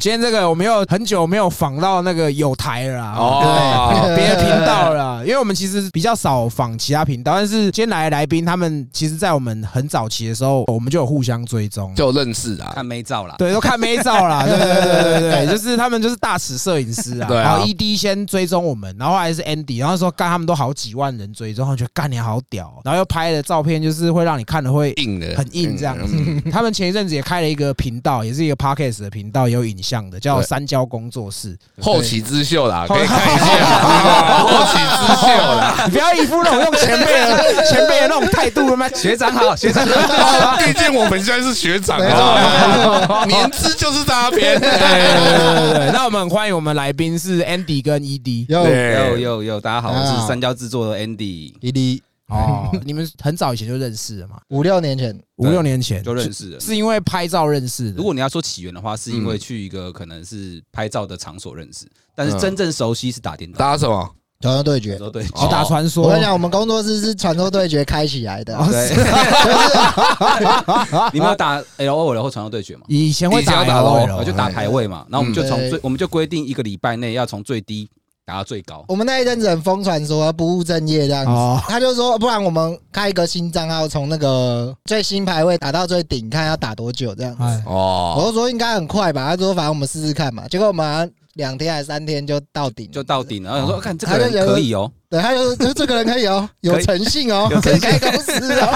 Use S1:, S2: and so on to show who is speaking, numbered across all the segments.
S1: 今天这个我们又很久没有访到那个有台了啦，
S2: 哦
S1: 对，别的频道了啦，因为我们其实比较少访其他频道，但是今天来的来宾他们其实，在我们很早期的时候，我们就有互相追踪，
S2: 就认识啊，
S3: 看没照啦。
S1: 对，都看美照 啦，对对对对对对， 就是他们就是大使摄影师啊，
S2: 对啊
S1: 然后 ED 先追踪我们，然后后来是 Andy，然后说干他们都好几万人追踪，我觉得干你好屌哦，然后又拍的照片就是会让你看了会
S2: 硬的，
S1: 很硬这样子
S2: 嗯。
S1: 他们前一阵子也开了一个频道，也是一个 podcast 的频道，也有影像的，叫
S2: 对
S1: 三焦工作室。
S2: 后起之秀啦，
S1: 后
S2: 可以看一下，后起之秀啦。
S1: 你不要一副那种用前辈 的前辈的那种态度了 吗？
S3: 学长好，学长好，
S2: 毕竟我们现在是学长
S1: 没错
S2: 啊，年资就是搭边。
S1: 对 对对对，那我们很欢迎我们来宾是 Andy 跟 E ED
S4: 要
S2: 对
S3: 有有有，大家好，我
S4: 啊
S3: 是三焦制作的 Andy，
S4: 一滴
S1: 哦，你们很早以前就认识了嘛？
S4: 五六年前，
S1: 五六年前
S3: 就认识了。
S1: 是因为拍照认识的。
S3: 如果你要说起源的话，是因为去一个可能是拍照的场所认识，但是真正熟悉嗯是打电动。
S2: 打什么？
S4: 传说对决。
S3: 说对，
S1: 哦打传说，
S4: 我跟你讲，我们工作室是传说对决开起来的，
S3: 哦对， 你们有打 L O L 或传说对决吗？
S1: 以前会打
S2: 以前要打
S1: LOL
S2: 哦
S3: 我就打排位嘛，然后我们就从
S4: 对
S3: 最，我们就规定一个礼拜内要从最低打到最高。
S4: 我们那一阵子很疯传说不务正业这样子，
S1: 哦
S4: 他就说不然我们开一个新账号，从那个最新排位打到最顶，看要打多久这样子。
S1: 哎
S2: 哦，
S4: 我就说应该很快吧，他说反正我们试试看嘛。结果我们好像两天还是三天就到顶了，
S3: 哦就到顶了，然后想说，看这个
S4: 他就觉
S3: 人
S4: 得
S3: 可以哦，
S4: 对，他就说这个人可 以哦，有
S3: 可以
S4: 诚信哦
S3: 有，
S4: 可
S3: 诚
S4: 以
S3: 信
S4: 开公司哦。，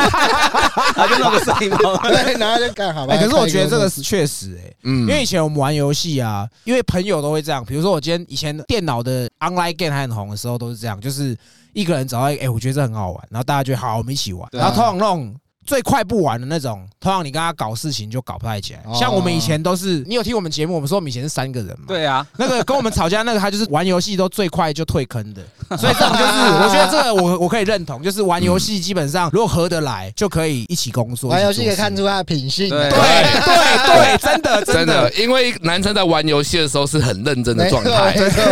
S3: 他就弄个摄影包
S4: 对，然后就干好吧。
S1: 哎，可是我觉得这个
S4: 开一公司
S1: 确实哎，
S2: 嗯
S1: 因为以前我们玩游戏啊，因为朋友都会这样。比如说我今天以前电脑的 online game 还很红的时候，都是这样，就是一个人找到一个，哎、我觉得这很好玩，然后大家觉得好，我们一起玩。
S3: 对
S1: 然
S3: 啊
S1: 后通常那种最快不玩的那种，通常你跟他搞事情就搞不太起来。
S4: 哦
S1: 像我们以前都是，你有听我们节目，我们说我们以前是三个人嘛？。
S3: 对啊，
S1: 那个跟我们吵架那个，他就是玩游戏都最快就退坑 的，所以这种就是我觉得这个我我可以认同，就是玩游戏基本上如果合得来就可以一起工作。
S4: 玩游
S1: 一
S4: 戏
S1: 起
S4: 可
S1: 做
S4: 以看
S1: 事
S4: 出他的品性
S3: 对
S4: 啊，
S1: 对对对，真的
S2: 真
S1: 真
S2: 的
S1: 的，
S2: 因为男生在玩游戏的时候是很认真的
S4: 没错
S2: 状态，
S4: 没错，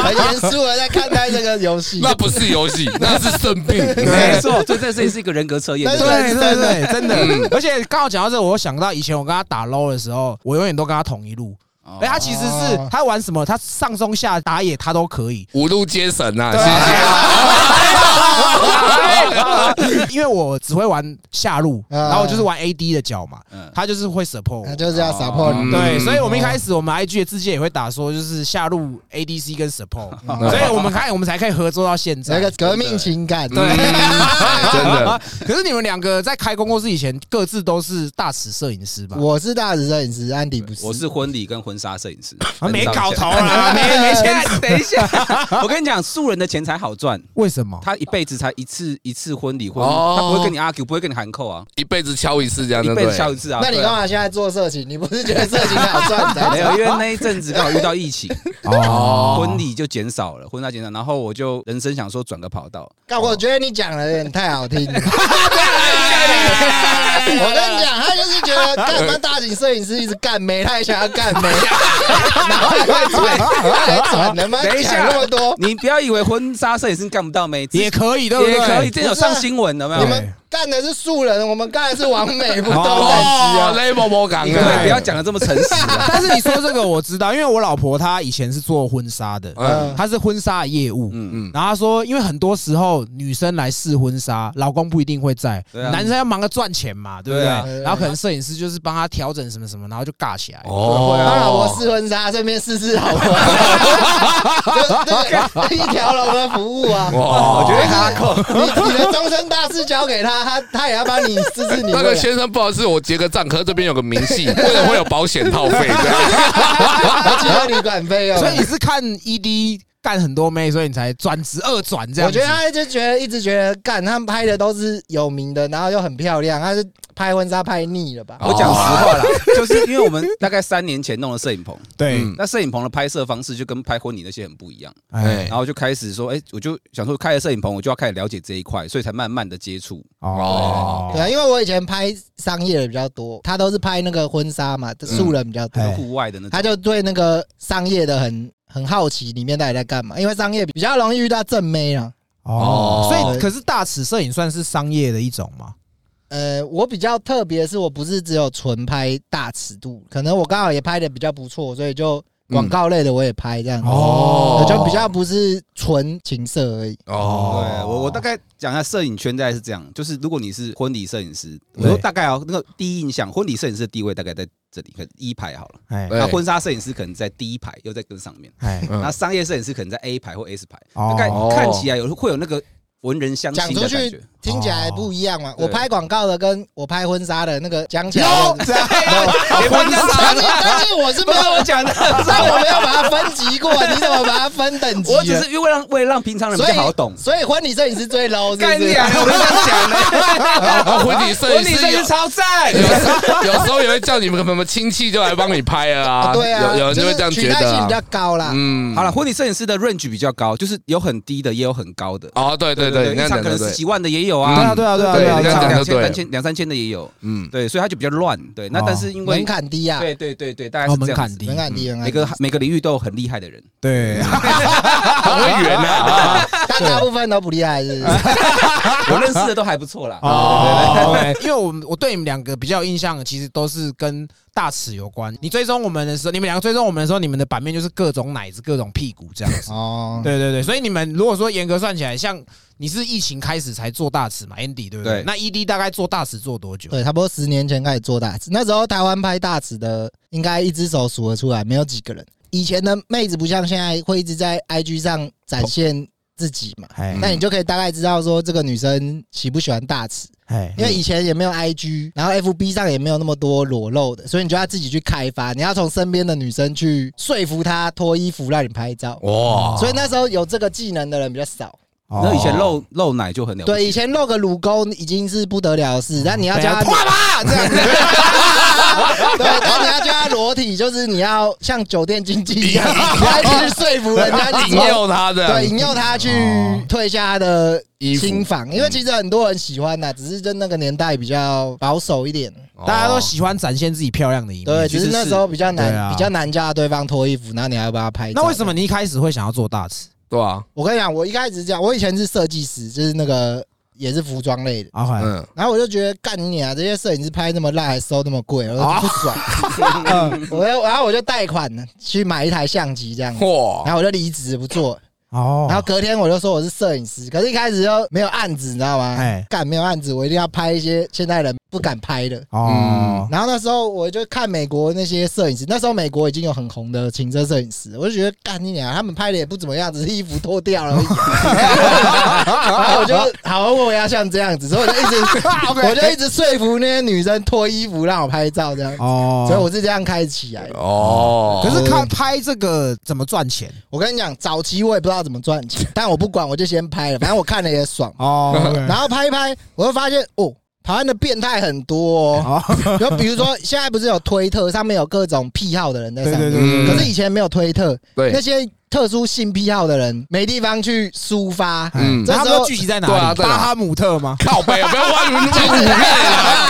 S4: 很严肃的在看待这个游戏。
S2: 那不是游 戏，那是生病。
S3: 没 错，所以这这是一个人格测验，
S4: 但是
S3: 对
S1: 对对对，真的。而且刚好讲到这，我想到以前我跟他打 low 的时候，我永远都跟他同一路。
S3: 哦
S1: 哎，他其实是他玩什么，他上中下打野他都可以。
S2: 五路皆神啊，
S1: 哎 因为我只会玩下路，然后我就是玩 AD 的角嘛
S3: 嗯，
S1: 他就是会 support
S4: 他
S1: 我。
S4: 就是要 support
S2: 嗯
S4: 你。
S1: 对，所以我们一开始我们 IG 的字界也会打说，就是下路 ADC 跟 support，所以我们开我们才可以合作到现
S4: 有
S1: 在
S4: 一。个革命情感，
S2: 对嗯哎真的。
S1: 可是你们两个在开工作室以前，各自都是大使摄影师吧？
S4: 我是大直摄影师，安迪不嗯是。
S3: 我是婚礼跟婚纱摄影师，
S1: 啊没搞 头
S3: 啊！
S1: 啦，没没
S3: 等一
S1: 钱，
S3: 下， 等一下，我跟你讲，素人的钱才好赚，
S1: 为什么？
S3: 他一辈子才一次一次婚礼婚礼，
S2: 哦
S3: 他不会跟你 argue，不会跟你含扣啊，
S2: 一辈子敲一次这样，
S3: 一
S2: 对不
S3: 辈子
S2: 对？
S3: 笑一次啊。
S4: 那你
S3: 对
S4: 干
S3: 啊
S4: 嘛现在做色情？你不是觉得色情好赚 的？
S3: 没有，因为那一阵子刚好遇到疫情，
S1: 哦
S3: 婚礼就减少了，婚纱减少，然后我就人生想说转个跑道，
S4: 但我觉得你讲的有点太好听 了。我跟你讲，他就是觉得干嘛大型摄影师一直干妹，他也想要干妹，然后还转，还转，他妈
S3: 等一下
S4: 讲那么多，
S3: 你不要以为婚纱摄影师干不到没，
S1: 也可以，对不对？
S3: 也可以，这有上新闻的没有
S4: 你？
S1: 不是啊
S4: 们干的是素人，我们干的是完美，不都在急
S2: 哦
S4: 啊？
S2: ，level 不敢
S3: 你可不可以
S2: 啊
S3: 不要讲的这么诚实 啊？
S1: 但是你说这个我知道，因为我老婆她以前是做婚纱的，
S2: 嗯
S1: 她是婚纱的业务。
S3: 嗯嗯，
S2: 嗯，
S1: 然后她说，因为很多时候女生来试婚纱，老公不一定会在，
S3: 对啊
S1: 男生要忙着赚钱嘛，对不
S3: 对啊
S1: 对？然后可能摄影师就是帮他调整什么什么，然后就尬起来。
S2: 哦，
S4: 帮老婆试婚纱，顺便试试老婆，这这一条龙的服务啊！
S2: 哇，
S3: 我觉得哈扣
S4: 你你的终身大事交给他，他他也要帮你试试你
S2: 那个
S4: 未来。
S2: 先生，不好意思，我结个账，可是这边有个明细，为了会有保险套费的。
S4: 还记得旅馆费用。
S1: 所以你是看 ED 干很多妹，所以你才转职二转这样
S4: 我
S1: 子。
S4: 觉得他就觉得一直觉得干，他们拍的都是有名的，然后又很漂亮，他是拍婚纱拍腻了吧？
S1: 哦
S3: 我讲实话啦，就是因为我们大概三年前弄了摄影棚，
S1: 对，
S2: 嗯
S3: 那摄影棚的拍摄方式就跟拍婚礼那些很不一样，
S1: 哎，
S3: 然后就开始说，哎，我就想说开了摄影棚，我就要开始了解这一块，所以才慢慢的接触。
S1: 哦，
S4: 对啊，因为我以前拍商业的比较多，他都是拍那个婚纱嘛，素人比较多，
S1: 哎
S3: 户外的那种
S4: 他。就对那个商业的很很好奇，里面到底在干嘛？因为商业比较容易遇到正妹啊。
S1: 哦
S2: 哦，
S1: 所以可是大尺摄影算是商业的一种吗？
S4: 呃，我比较特别是我不是只有纯拍大尺度，可能我刚好也拍的比较不错，所以就
S3: 嗯
S4: 广告类的我也拍这样子，
S1: 哦
S4: 我就比较不是纯情色而已。
S2: 哦，
S3: 对我，我大概讲一下摄影圈大概是这样，就是如果你是婚礼摄影师，我说
S1: 对
S3: 大概哦，那个第一印象，婚礼摄影师的地位大概在这里，可能一排好了。
S1: 哎
S2: 对
S3: 那婚纱摄影师可能在第一排，又在更上面。
S1: 哎，
S2: 嗯
S3: 那商业摄影师可能在 A 排或 S 排，
S1: 哦
S3: 大概看起来有会有那个文人相
S4: 讲
S3: 亲
S4: 出
S3: 的感
S4: 去
S3: 觉。哦
S4: 听起来不一样嘛，
S3: 对
S4: 我拍广告的跟我拍婚纱的那个讲起来
S1: 有
S4: 的，
S3: 哎不要这样讲
S4: 但是但是我是
S3: 不
S4: 没
S3: 要
S4: 有
S3: 我，讲的，
S4: 但我没有把它分级过，你怎么把它分等级了？
S3: 我只是因为让为了让平常人比
S4: 所以
S3: 较好懂。
S4: 所以婚礼摄影师最 low 是
S3: 干
S4: 不
S3: 你
S4: 是？
S3: 啊！我跟你讲的，
S2: 啊婚礼摄
S3: 婚
S2: 影
S3: 礼
S2: 师
S3: 摄影
S2: 有
S3: 师超赞。
S2: 有时候有时候也会叫你们什么亲戚就来帮你拍了啊，
S4: 啊对啊，
S2: 有有人
S4: 就
S2: 就会这样
S4: 是
S2: 觉
S4: 取代
S2: 得
S4: 性
S2: 啊
S4: 比，较高啦。
S2: 嗯，
S3: 好了，婚礼摄影师的 range 比较高，就是有很低的，也有很高的。
S2: 哦，对对对，
S3: 对
S2: 你看
S3: 一场
S2: 讲
S3: 可
S2: 的
S3: 能十
S2: 对，
S3: 几万的也有
S1: 对啊
S3: 啊，
S1: 对啊对啊
S2: 对
S1: 啊
S3: 你
S2: 这
S1: 啊啊
S2: 样讲
S3: 看
S2: 的
S3: 两千、
S2: 对
S3: 三千、两三千的也有，
S2: 嗯，
S3: 对，所以它就比较乱，对。那
S1: 哦
S3: 但是因
S4: 门
S3: 为
S4: 槛低啊，
S3: 对对对对，大概
S1: 哦
S3: 是
S1: 门
S3: 这样
S1: 槛
S3: 子。
S1: 低
S4: 门，槛低，
S2: 嗯
S4: 门槛
S3: 每
S4: 低
S3: 个。每个领域都有很厉害的人，
S1: 对，
S2: 好会圆啊，
S4: 但大部分都不厉害，是不是？
S3: 我认识的都还不错啦。
S1: 哦，对， 因为我们我对你们两个比较有印象，其实都是跟大尺有关。你追踪我们的时候，你们两个追踪我们的时候，你们的版面就是各种奶子、各种屁股这样 子。
S4: 哦，
S1: 对对对，所以你们如果说严格算起来，像你是疫情开始才做大尺嘛，Andy 对不对？
S3: 对
S1: 那 ED 大概做大尺做多久？
S4: 对，差不多十年前开始做大尺，那时候台湾拍大尺的，应该一只手数得出来，没有几个人。以前的妹子不像现在会一直在 IG 上展现自己嘛，
S2: 哦
S1: 哎
S4: 那你就可以大概知道说这个女生喜不喜欢大尺，
S1: 哎
S2: 嗯
S4: 因为以前也没有 IG，然后 FB 上也没有那么多裸露的，所以你就要自己去开发，你要从身边的女生去说服她脱衣服让你拍照。
S2: 哇，
S4: 所以那时候有这个技能的人比较少。
S1: 哦
S3: 那以前露露奶就很了不
S4: 对，以
S3: 起，
S4: 前 露个乳沟已经是不得了的事，但你要教他
S1: 对啊
S4: 吧这样子。对，但你要教他裸体，就是你要像酒店经济一样，你要一直去说服人家去
S2: 引
S4: 做。
S2: 诱他的
S4: 对，引诱他去退下他的
S2: 衣服
S4: 新房，因为其实很多人喜欢的，啊只是在那个年代比较保守一点。
S1: 大家都喜欢展现自己漂亮的一面。
S4: 哦对，
S3: 其实
S4: 只是那
S3: 是
S4: 时候比较
S1: 对啊
S4: 难，比较难叫对方脱衣服，然后你还要帮他拍。
S1: 那为什么？你一开始会想要做大尺？
S2: 对啊，
S4: 我跟你讲，我一开始是这样，我以前是设计师，就是那个也是服装类的。
S1: 啊，哎
S2: 嗯，
S4: 然后我就觉得干你啊！这些摄影师拍那么烂，还收那么贵，我
S1: 啊
S4: 就不 爽。
S3: 啊
S4: 嗯我就然后我就贷款去买一台相机这样，
S2: 嚯，
S4: 然后我就离职不做。
S1: 哦，
S4: 然后隔天我就说我是摄影师，可是一开始就没有案子，你知道吗
S1: 哎？
S4: 干没有案子，我一定要拍一些现代人不敢拍的。
S1: 哦，
S4: 然后那时候我就看美国那些摄影师，那时候美国已经有很红的情色摄影师，我就觉得干你娘，他们拍的也不怎么样，只是衣服脱掉了而已。 然后我就好，我也要像这样子，所以我就一直， 我就一直说服那些女生脱衣服让我拍照这样，
S1: 哦，
S4: 所以我是这样开始起来的。
S2: 哦，
S1: 可是看拍这个怎么赚钱
S4: 我跟你讲，早期我也不知道怎么赚钱，但我不管，我就先拍了，反正我看了也爽。
S1: 哦
S4: 然后拍一拍，我就发现哦，台湾的变态很多、哦。
S1: 哦，
S4: 就比如说，现在不是有推特，上面有各种癖好的人在
S1: 对
S4: 上
S1: 对
S4: 面，
S1: 对对，
S2: 嗯
S4: 可是以前没有推特，那
S2: 对，
S4: 些特殊性癖好的人没地方去抒发。
S1: 嗯，
S4: 这
S1: 那他
S4: 时候
S1: 们都聚集在哪
S2: 对啊
S1: 里？
S2: 在哪
S1: 巴哈姆特吗？
S2: 靠背啊，不要挖你们那么苦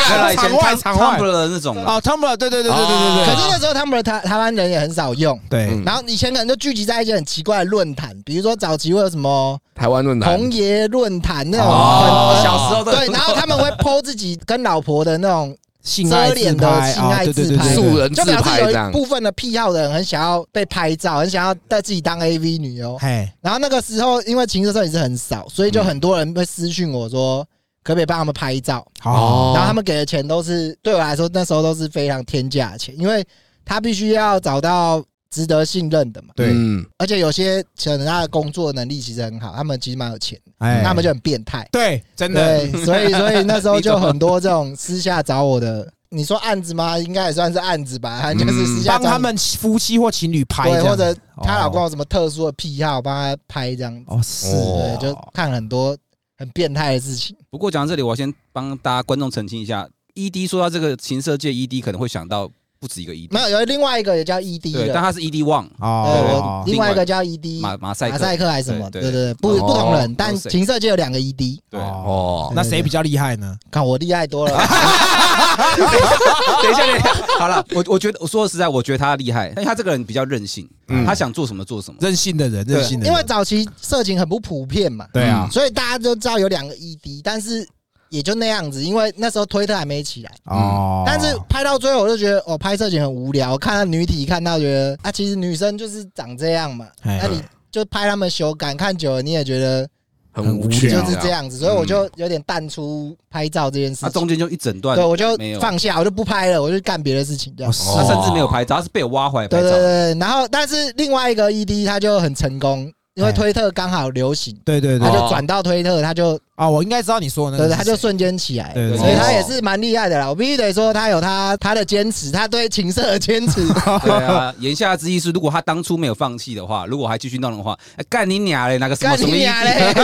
S3: 对啦以前
S1: 场外
S3: Tum-
S1: 场外
S3: Tumblr 的那种啦，
S1: 哦，Tumblr，对对对对
S4: 可
S1: 对
S4: 是
S1: 对
S4: 那时候他们的台台湾人也很少用，
S1: 哦对对，
S2: 嗯
S4: 然后以前可能就聚集在一些很奇怪的论坛，比如说早期会有什么
S2: 台湾论坛
S4: 红爷论坛那种
S1: 哦
S4: 很，
S3: 小时候的
S4: 对，然后他们会 PO 自己跟老婆的那种
S1: 性爱
S4: 遮
S1: 自
S4: 脸的
S1: 拍，
S4: 性爱
S1: 哦对对对
S4: 自
S1: 对
S4: 拍
S1: 对
S2: 素人
S4: 就
S2: 自
S4: 表示
S2: 拍
S4: 有
S2: 这
S4: 一
S2: 样，
S4: 部分的癖好的人很想要被拍照，很想要带自己当 AV 女优。
S1: 嘿，
S4: 然后那个时候，因为情色摄影师很少，所以就很多人会私讯我说，可不可以帮他们拍照？
S1: 好，
S4: 然后他们给的钱都是对我来说那时候都是非常天价的钱，因为他必须要找到值得信任的嘛。
S1: 对
S2: 嗯
S4: 而且有些可能他的工作能力其实很好，他们其实蛮有钱，
S1: 哎
S4: 他们就很变态。
S1: 对，真的
S4: 对，所以所以那时候
S3: 你
S4: 就
S3: 懂
S4: 很多这种私下找我的，你说案子吗？应该也算是案子吧，反正就是私下
S1: 帮
S4: 找
S1: 他
S4: 你
S1: 们夫妻或情侣拍这
S4: 对，
S1: 样，
S4: 或者她老公
S1: 哦
S4: 有什么特殊的癖好，帮她拍这样子。
S1: 哦是
S2: 哦
S4: 对，就看很多很变态的事情。
S3: 不过讲到这里，我要先帮大家观众澄清一下，ED 说到这个情色界 ED，可能会想到不止一个 ED，
S4: 没有，有另外一个也叫 ED
S3: 对，但
S4: 的，
S3: 他是 ED One
S4: 对，
S1: 哦
S4: 我，
S3: 对
S4: 另外一个叫 E ED
S3: 马马赛
S4: E 马
S3: 克，
S4: 赛克还是什么？
S3: 对
S4: 对
S3: 对
S4: 对对，不
S2: 哦
S4: 不同人，
S3: 都
S4: 但
S3: 是
S4: 情色界有两个 ED，
S3: 对，
S1: 아.
S2: 哦，
S1: 那谁比较厉害呢？
S4: 看我厉害多了。
S3: 等一下，等一下，好了，啊我我觉得我说的实在，我觉得他厉害，但是他这个人比较任性，
S2: 嗯
S3: 他想做什么做什么。
S1: 任性的人，任性的人，
S4: 因为早期色情很不普遍嘛，
S1: 对啊，
S4: 所以大家就知道有两个 E ED，但是也就那样子，因为那时候推特还没起来。
S2: 嗯
S1: 哦，
S4: 但是拍到最后，我就觉得哦，拍摄景很无聊，看到女体看到觉得啊，其实女生就是长这样嘛，
S1: 哎
S4: 那你就拍他们修改，看久了你也觉得
S2: 很无
S1: 对
S2: 趣
S1: 啊
S2: 啊，
S4: 就是这样子，所以我就有点淡出拍照这件事
S3: 他
S4: 情
S3: 啊中。间就一整段
S4: 对，，我就
S3: 没有
S4: 放下，我就不拍了，我就干别的事情这样
S1: 哦。是
S3: 他甚至没有拍照，他是被我挖回来
S4: 对
S3: 拍
S4: 对
S3: 照。
S4: 对，然后但是另外一个 ED 他就很成功，因为
S1: 哎
S4: 推特刚好流行，
S1: 对对
S4: 他
S1: 对
S2: 哦
S4: 就转到推特，他就
S1: 啊，我应该知道你说的那
S4: 对
S1: 个是
S4: 对，
S1: 谁，
S4: 他就瞬间起来
S1: 对
S4: 了，
S1: 对
S4: 所以
S1: 对
S4: 他也是蛮厉害的啦。我必须得说，他有他他的坚持，他对情色的 坚持。
S3: 对啊， 言下之意是，如果他当初没有放弃的话，如果还继续弄的话，哎干你娘嘞！哪个什么
S4: 干
S3: 什
S4: 你
S3: 么 ED？
S4: 娘嘞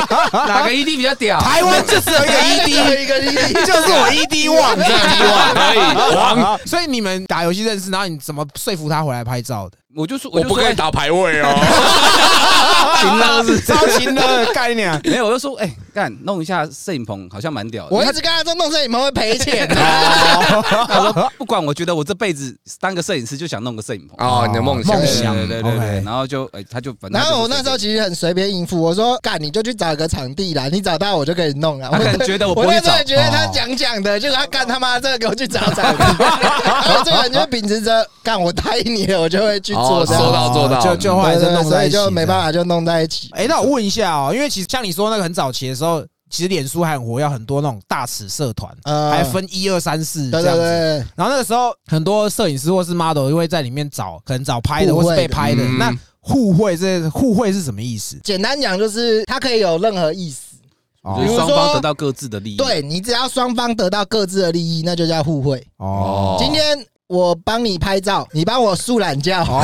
S3: 哪个 ED 比较屌？
S1: 台湾就是有一个 E ED，
S4: 一个 E ED，
S1: 就是我 ED 王，
S2: 这样希望可以王，
S1: 王。所以你们打游戏认识，然后你怎么说服他回来拍照的？
S3: 我就说，
S2: 我
S3: 就
S2: 不
S3: 说哎
S2: 可以打排位哦。
S1: 情勒是招情勒的概念啊。
S3: 没有，我就说，哎，干弄一下摄影棚好像蛮屌的。
S4: 我一直跟他说弄摄影棚会赔钱啊的。
S3: 他说不管，我觉得我这辈子当个摄影师就想弄个摄影棚。
S2: 哦，你的梦
S1: 梦
S2: 想
S1: 想
S3: 对对对对
S1: OK
S3: 对，然后就哎，他就反正
S4: 然
S3: 他就
S4: 后我
S3: 是
S4: 那时候其实很随便应付，我说干你就去找一个场地啦，你找到我就可以弄了。
S3: 他可能觉得我不
S4: 我
S3: 会
S4: 那
S3: 找
S4: 时候，觉得他讲讲的，就是他干他妈这个给我去找 场地，然后这个人就秉持着干我答应你了，我就会去做
S2: 哦
S4: 这
S2: 说
S4: 样。
S2: 到做到
S1: 就就后来
S4: 对
S1: 就
S4: 对，
S1: 弄
S4: 所
S1: 在
S4: 以
S1: 一起，
S4: 就没办。法就弄在一起。
S1: 哎，那我问一下哦，因为其实像你说那个很早期的时候，其实脸书还很活跃，很多那种大尺社团，
S4: 呃
S1: 还分一二三四
S4: 对
S1: 这
S4: 对
S1: 样子。
S4: 对，
S1: 然后那个时候，很多摄影师或是 model 就会在里面找，可能找拍的
S4: 互
S1: 或
S4: 惠
S1: 是被拍的。
S2: 嗯
S1: 那互惠这互惠是什么意思？
S4: 简单讲就是它可以有任何意思，
S3: 就
S4: 比
S3: 是
S4: 如
S1: 哦
S4: 说
S3: 双方得到各自
S1: 嗯
S3: 的利益。
S4: 对你只要双方得到各自的利益，那就叫互惠。
S2: 어.
S1: 哦
S4: 今天我帮你拍照，你帮我素懒觉，
S1: 哦，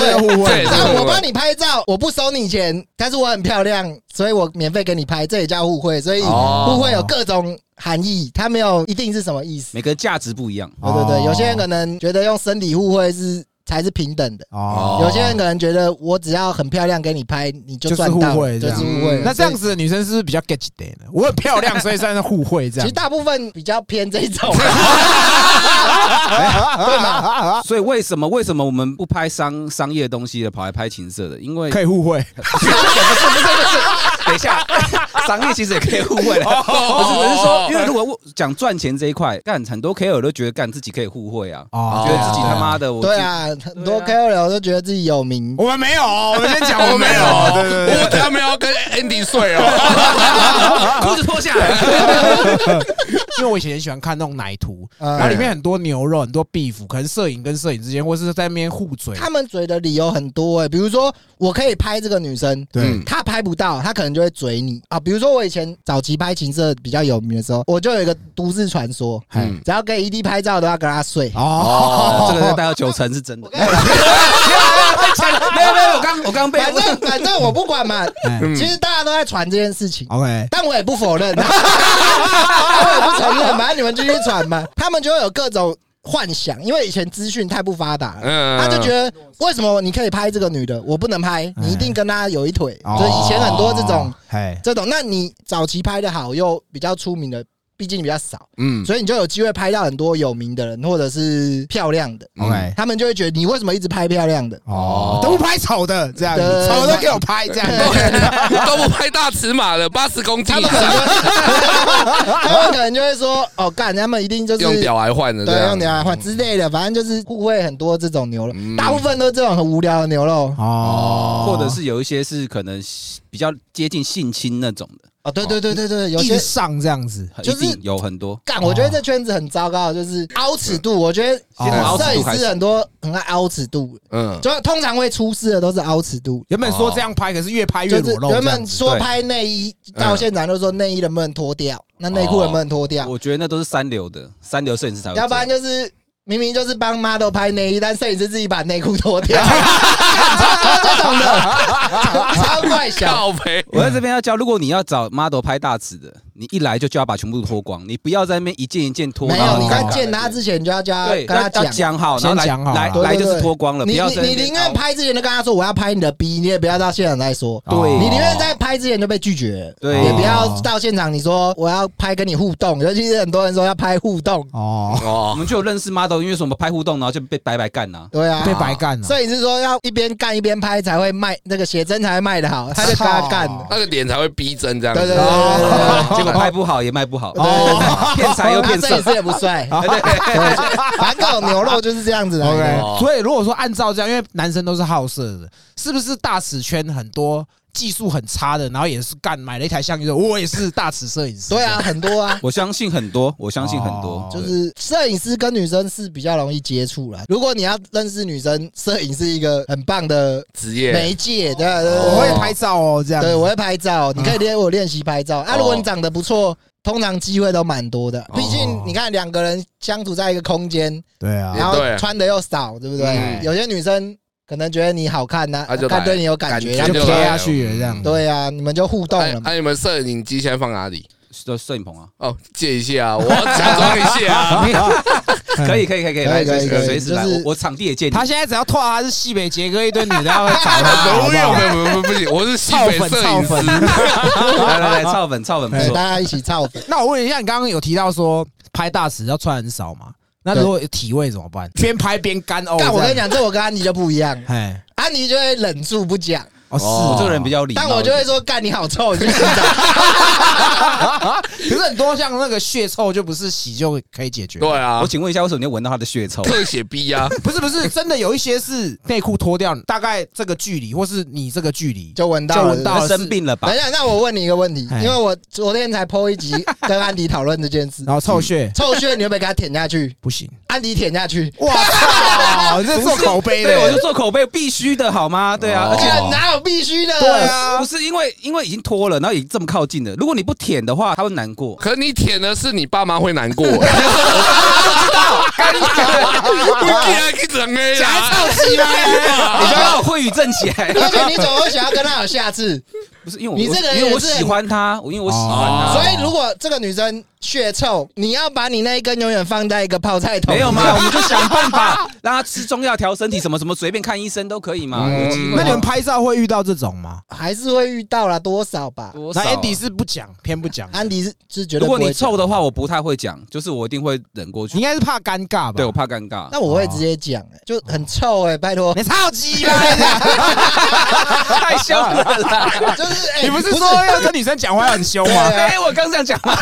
S4: 这
S1: 这个
S4: 个互惠。
S1: 互惠
S2: 对这
S4: 但
S2: 个
S4: 啊我帮你拍照，我不收你钱，但是我很漂亮，所以我免费给你拍，这也叫互惠。所以
S2: 哦
S4: 互惠有各种含义，它没有一定是什么意思。
S3: 每个人价值不一样。
S4: 对对对，
S1: 哦
S4: 有些人可能觉得用身体互惠是才是平等的，
S1: 哦
S4: 有些人可能觉得我只要很漂亮给你拍，你就
S1: 就是
S4: 赚
S1: 互
S4: 到
S1: 惠
S4: 了，就
S1: 这
S4: 是
S1: 样嗯
S4: 互惠。
S1: 那这样子的女生是不是比较 get 一点呢？我很漂亮，所以算是互惠这
S4: 其
S1: 样
S4: 实。大部分比较偏这种，啊
S3: 所以为什么为什么我们不拍商商业东西的，跑来拍情色的？因为
S1: 可以互惠，
S3: 等一下，商业其实也可以互惠的。我只是说，因为如果讲赚钱这一块，干很多 KOL 都觉得干自己可以互惠啊，
S1: 哦
S3: 觉得自己他妈的我
S4: 对，啊，很多 KOL 都觉得自己有名，
S1: 我们没有哦，我们先讲，
S2: 我没有哦，
S1: 对对对
S2: 我他们要跟 Andy 睡哦。
S3: 裤子脱下来，
S1: 因为我以前很喜欢看那种奶图，然后
S4: 呃
S1: 里面很多牛肉，很多 beef，可能摄影跟摄影之间，或是在那边互嘴，
S4: 他们嘴的理由很多哎、比如说我可以拍这个女生，
S1: 对
S2: 嗯，
S4: 他拍不到，他可能就会嘴你啊。比如说我以前早期拍情色比较有名的时候，我就有一个都市传说，
S2: 嗯
S4: 只要跟 ED 拍照都要跟他睡。
S1: 哦，
S3: 这个要带到九成是真的。
S4: 跟你讲
S3: 没有没有，我刚我刚被
S4: 反正反正我不管嘛，
S2: 嗯
S4: 其实大家都在传这件事情。
S1: OK，
S4: 但我也不 否认，我也不承认，反正你们继续传嘛。他们就会有各种幻想，因为以前资讯太不发达了，
S2: 嗯
S4: 他就觉得为什么你可以拍这个女的，我不能拍？
S2: 嗯
S4: 你一定跟她有一腿。
S2: 哦
S1: 哦
S4: 就是以前很多这种
S1: 哎，
S4: 这种，那你早期拍的好又比较出名的，毕竟比较少，
S2: 嗯
S4: 所以你就有机会拍到很多有名的人或者是漂亮的，
S2: 嗯
S1: OK
S4: 他们就会觉得你为什么一直拍漂 亮的？
S1: 哦，都不拍丑的，这样
S4: 对
S1: 丑的给我拍，这样
S2: 都不拍大尺码的，八十公斤
S4: 他
S2: 以
S4: 们可能
S2: 上
S4: 就会 他们可能就会说，哦，干，他们一定就是
S2: 用屌来换的，这
S4: 对，
S2: 样
S4: 用牛来换之类的，反正就是互惠很多这种牛肉，
S2: 嗯
S4: 大部分都是这种很无聊的牛肉。
S1: 哦，
S3: 或者是有一些是可能比较接近性侵那种的，
S4: 哦，对对对对对，有
S1: 硬
S4: 些
S1: 上这样子，
S3: 很
S4: 就
S3: 一
S4: 是
S3: 定有很多。
S4: 干，我觉得这圈子很糟糕，就是凹尺度。我觉得
S2: 哦
S1: 先从凹
S3: 尺度
S4: 摄影
S3: 开
S4: 师
S3: 始
S4: 很多很爱凹尺度，
S2: 嗯，
S4: 就通常会出事的都是凹尺度。
S1: 原本说这样拍，可是越拍越
S4: 就是
S1: 裸露，
S4: 原本说
S2: 对
S4: 拍内衣，
S3: 嗯
S4: 到现场就说内衣能不能脱掉，那内裤能不能脱掉，
S3: 我觉得那都是三流的，三流摄影师才会这样。
S4: 要不然就是明明就是帮 model 拍内衣，但摄影师自己把内裤脱 掉，这种的超怪小。
S2: 靠背
S3: 我在这边要教，如果你要找 model 拍大尺的，你一来就叫他把全部脱光，你不要在那边一件一件脱。
S4: 没
S3: 然
S4: 有，
S3: 后
S4: 你
S3: 尴
S4: 在
S3: 尬
S4: 见他之前就要叫他
S3: 哦对，
S4: 跟
S3: 要
S4: 他
S3: 要
S4: 讲。
S3: 讲好，然
S1: 先
S3: 后来
S1: 讲好
S3: 来
S1: 啦
S4: 对
S3: 来就
S4: 对
S3: 是
S4: 对
S3: 脱光了，不
S4: 你
S3: 要
S4: 你
S3: 在那
S4: 你
S3: 边
S4: 宁愿拍之前就跟他说我要拍你的逼，你也不要到现场再说。
S3: 对
S4: 你宁愿在拍之前就被拒绝，
S3: 对
S4: 也不要到现场你说我要拍跟你互动，尤其是很多人说要拍互动，
S1: 哦，
S3: 我
S2: 哦，
S1: 어.
S2: 어.
S3: 们就有认识 model 后因为什么拍互动，然后就被白白干呐。
S4: 对啊，
S1: 被白干 了。
S4: 摄影师说要一边干一边拍才会卖那个写真才会卖得好，他就跟他干了。
S2: 那个脸才会逼真这样子。
S4: 哦对对
S1: 哦
S4: 对
S3: 结果拍不好也卖不好，
S4: 哦
S3: 骗财又
S4: 对，
S3: 骗
S4: 他
S3: 色
S4: 摄影。师也不帅，反正牛肉就是这样子的。
S1: OK，
S2: 哦
S1: 所以如果说按照这样，因为男生都是好色的，是不是大尺圈很多技术很差的，然后也是干买了一台相机说，我也是大尺摄影师。
S4: 对啊，，很多 啊。
S3: 我相信很多，我相信很多
S1: 哦，
S4: 就是摄影师跟女生是比较容易接触啦。如果你要认识女生，摄影是一个很棒的
S2: 职业
S4: 媒介，对啊对对，
S1: 我会拍照哦，这样子。
S4: 对，我会拍照，你可以练我练习拍照啊。如果你长得不错，通常机会都蛮多的。毕竟你看两个人相处在一个空间，
S1: 对啊
S2: 也
S4: 然后
S2: 对
S4: 穿的又少，对不对
S2: 嗯？
S4: 有些女生可能觉得你好看呐
S2: 她就，
S4: 看
S2: 来
S4: 对你有感觉，
S2: 感
S1: 就
S2: 觉
S4: 然
S1: 贴
S4: 后
S1: 下去了这样。
S4: 对啊，你们就互动
S2: 哎
S4: 了嘛。
S2: 哎，你们摄影机现在放哪里？
S3: 摄摄影棚啊，
S2: 哦，借一下，我要假装一下啊。
S3: 可以可以可以可以，
S4: 可
S3: 来
S4: 以可
S3: 随
S4: 以可
S3: 时
S4: 以
S3: 随时来，
S4: 就是
S3: 我我场地也借你。
S1: 他现在只要拓他是西北杰哥，一堆女的要来找
S2: 啊
S1: 他，好
S2: 没
S1: 不
S2: 有
S1: 好
S2: 没有没有没有不行，我是西
S1: 操
S2: 北
S1: 粉
S2: 摄
S1: 操
S2: 影
S1: 粉
S2: 师。。
S3: 来来来，操粉操粉不
S4: 对，
S3: 错
S4: 哎大。家一起造粉。
S1: 那我问一下，你刚刚有提到说拍大尺要穿很少嘛？那如果有体味怎么办？边拍边干哦呕。
S4: 但我跟你
S1: 这样，
S4: 讲，这我跟安妮就不一样，
S1: 哎，
S4: 安妮就会忍住不讲，
S1: 哦是
S2: 哦
S1: 哦
S3: 我这个人比较礼貌一
S4: 啊但
S3: 点，
S4: 我就会说干你好臭，你去洗澡。
S1: 可是很多像那个血臭就不是洗就可以解决。
S2: 对，啊
S3: 我，请问一下，为什么你会闻到他的血臭？
S2: 特写逼啊呀，
S1: 不是不是，真的有一些是内裤脱掉，大概这个距离或是你这个距离
S4: 就闻到
S1: 就
S4: 了
S1: 闻到
S3: 他
S1: 了
S3: 生，病了吧
S4: 等？一下，那我问你一个问题，
S1: 哎
S4: 因为我昨天才 PO 一集跟安迪讨论这件 事
S1: 是，然后臭血
S4: 臭血你会不会给他舔下去？
S1: 不行。
S4: 安迪舔下去，
S1: 哇操，这是做口碑
S3: 对，我就
S1: 的。
S3: 做口碑必须的好吗？对啊，
S2: 哦
S3: 而且
S4: 看哪有必须的？
S1: 对啊
S3: 不，是因为因为已经脱了，然后也这么靠近了，如果你不舔的话，他会难 过。
S2: 可你舔的是你爸妈会难过。我不知道，我竟然去整 A 啊
S1: 假
S2: 啦！
S1: 臭鸡
S3: 你
S1: 吗？
S3: 不要让我会语正起 来，
S4: 而且你总会想要跟他有下次，
S3: 不是因为我
S4: 你这个人
S3: 因为我
S4: 也是
S3: 喜欢他，我因为我喜欢
S2: 哦
S4: 所以如果这个女生血臭，你要把你那一根永远放在一个泡菜
S3: 他，
S4: 桶。
S3: 没有 吗？ 我们就想办法 让他吃中药调身体，什么什么随便看医生都可以嘛。
S2: 嗯
S3: 有机会
S1: 那你们拍照会遇到这种吗？
S4: 还是会遇到啦，多少吧？
S3: 多少
S1: 那
S3: 啊
S1: Andy 是不讲，偏不讲。
S4: 安迪是是绝对
S3: 如
S4: 不
S3: 果
S4: 会
S3: 你臭的
S4: 讲，
S3: 话，我不太会讲，就是我一定会忍过
S1: 你应
S3: 去。
S1: 该是怕尴尬吧？
S3: 对我怕尴尬，
S4: 那我会直接讲，哎就很臭哎，拜托，
S1: 你超鸡巴！
S3: 太凶了啦！
S4: 就是哎
S1: 你不是说要跟女生讲话要很凶
S4: 对
S1: 吗？
S4: 啊
S3: 哎，我刚这样讲吗？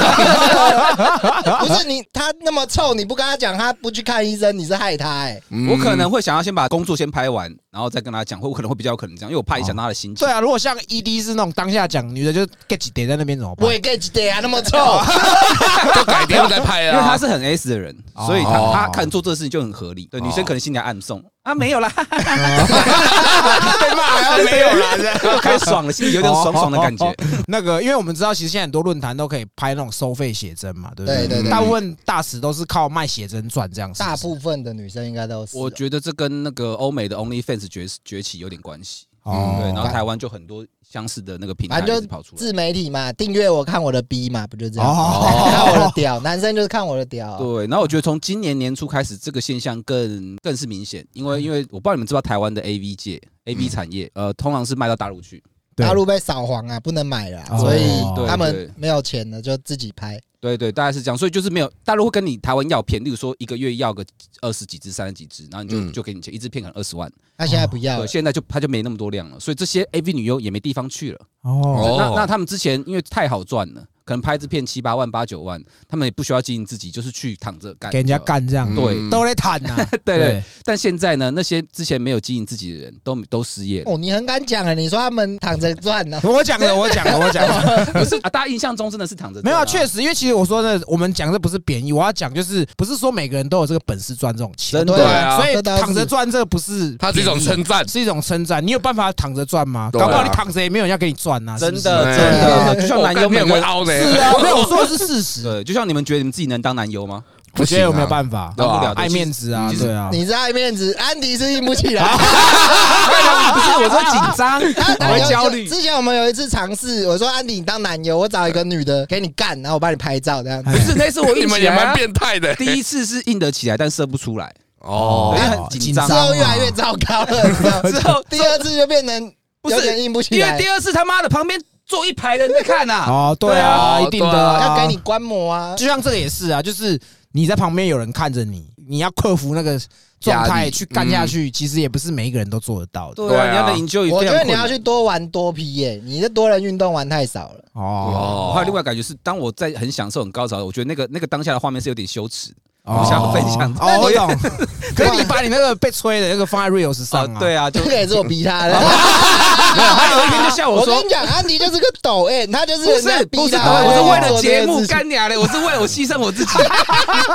S4: 不是你他那么臭，你不跟他讲，他不去看医生，你是害他 哎。
S2: 嗯
S3: 我可能会想要先把工作先拍完，然后再跟他讲，会我可能会比较有可能这样，因为我怕影响他的心情
S1: 对。啊，如果像 ED 是那种当下讲，女的就 get 几点在那边怎么办
S4: 我？也 get 的啊，那么 臭，
S2: 都改天再拍啊了，
S3: 因为他是很 S 的人，
S1: 哦
S3: 所以他他看做这个事情就很合理。对，女生可能心里还暗送啊，没有啦，
S1: 被
S2: 哦
S1: 骂然后没有啦，这样
S3: 开始爽了，心里有点爽爽的感觉。
S1: 那个，因为我们知道，其实现在很多论坛都可以拍那种收费写真嘛，对不
S4: 对对对
S1: 大部分大使都是靠卖写真赚这样子。
S4: 大部分的女生应该都 是。
S3: 我觉得这跟那个欧美的 OnlyFans 崛崛起有点关系。
S1: 哦
S3: 对，然后台湾就很多相似的那个平台
S4: 反
S3: 一
S4: 正
S3: 直跑
S4: 就
S3: 出来。
S4: 自媒体嘛，订阅我看我的 B 嘛，不就这样？
S1: 哦
S4: 看我的屌，男生就是看我的
S1: 啊
S4: 屌。
S3: 对，然后我觉得从今年年初开始，这个现象更更是明显，因
S1: 嗯
S3: 为因为我不知道你们知不知道台湾的 AV 界 AV 产业，呃，通常是卖到大陆去。
S1: 对
S4: 大陆被扫黄啊，不能买了啊、
S1: 哦
S4: 所以
S3: 对
S4: 他
S3: 对
S4: 们没有钱了就自己拍。
S3: 对对，大概是这样，所以就是没有大陆会跟你台湾要片，例如说一个月要个二十几支、三十几支，然后你就、
S2: 嗯
S3: 就给你钱，一支片可能二十万。
S4: 他现在不要
S3: 对，
S4: 了，
S3: 现在就他就没那么多量了，所以这些 AV 女优也没地方去了。
S1: 哦，
S2: 哦
S3: 那那他们之前因为太好赚了，可能拍一支片七八万、八九万，他们也不需要经营自己，就是去躺着干，
S1: 给人家。干这样，
S2: 嗯
S3: 对
S1: 都得坦呐。
S3: 对对，但现在呢，那些之前没有经营自己的人都都失业了。
S4: 哦，你很敢讲啊！你说他们躺着赚啊
S3: 哦
S4: 呢、
S1: 我讲的，我讲的，我讲的。
S3: 不是啊，大家印象中真的是躺着赚、
S1: 没有啊，
S3: 实
S1: 确实，因为其实我说的，我们讲这不是贬义，我要讲就是不是说每个人都有这个本事赚这种钱，
S3: 真的
S4: 对
S2: 啊
S1: 所以
S4: 这倒是
S1: 躺着赚这个不是
S2: 他是一种
S1: 贬义
S2: 称赞，
S1: 是一种称赞。你有办法躺着赚吗？
S2: 对啊
S1: 搞不好你躺着也没有人要给你赚呐、
S3: 真的
S1: 是
S3: 真的，就像
S2: 我
S3: 男
S2: 哦干
S3: 优
S2: 面会
S3: 们
S2: 凹
S1: 不是是
S2: 的，
S1: 啊，没有我说的是事实。
S3: 对，就像你们觉得你们自己能当男优 吗？
S1: 我觉得我没有办法，
S3: 当不了的
S1: 爱面子啊，
S3: 其实
S1: 对啊。
S4: 你是爱面子，安迪是硬不起来。
S3: 啊不是，我说紧张，
S4: 他
S3: 我会焦虑。
S4: 之前我们有一次尝试，我说安迪，你当男友，我找一个女的给你干，然后我帮你拍照这样 子。
S3: 不是，那是我
S2: 你
S3: 硬
S2: 们
S3: 起
S2: 也
S3: 来
S2: 蛮
S3: 啊。
S2: 变态的。
S3: 第一次是硬得起来，但射不出来。
S2: 哦
S3: 因为很紧张啊
S4: 之后越来越糟糕了，你知 道吗
S3: 之后
S4: 第二次就变成
S3: 不是
S4: 有点硬不起
S3: 因为
S4: 来
S3: 第，二次他妈的旁边坐一排人在看呐、啊。
S1: 哦，对啊，
S2: 对啊
S1: 一定的
S2: 对啊
S1: 啊，
S4: 要给你观摩啊。
S1: 就像这个也是啊，就是你在旁边有人看着你，你要克服那个状
S2: 压
S1: 态
S2: 力
S1: 去干下去，其实也不是每一个人都做得到的。
S3: 对
S2: 对啊
S3: 啊，你要能 enjoy
S4: 我
S3: 非常
S4: 觉得
S3: 困
S4: 你要
S3: 难。
S4: 去多玩多批耶、你这多人运动玩太少了。
S1: 哦，
S3: 还有另外感觉是，当我在很享受、很高潮的时候，我觉得那个那个当下的画面是有点羞耻。
S1: 哦
S3: 我想分享
S1: 哦，我懂。可是
S4: 对
S1: 你把你那个被吹的那个放在 reels 上啊，
S3: 对 啊，就
S4: 这个也是我逼他 的。
S3: 没有他有一天就笑我
S4: 我
S3: 说
S4: 跟你讲，安迪就是个抖 M，他就是
S3: 不
S4: 人家
S3: 是不
S4: 逼
S3: 是，
S4: 他
S3: 我是为了
S4: 做这
S3: 节
S4: 件
S3: 目
S4: 事情
S3: 干娘的，我是为了我牺牲我 自己。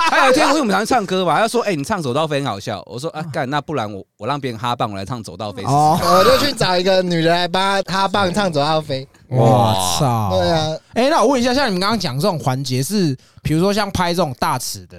S3: 还有一天，因为我们常唱歌嘛，他就说：“哎，你唱走道飞很好笑。”我说：“啊，干，那不然我我让别人哈棒，我来唱走道飞。”
S1: 哦，
S4: 我就去找一个女人来帮他棒唱《走到飞》。
S1: 我操，
S4: 对。啊，
S1: 哎，那我问一下，像你们刚刚讲这种环节是，比如说像拍这种大尺的、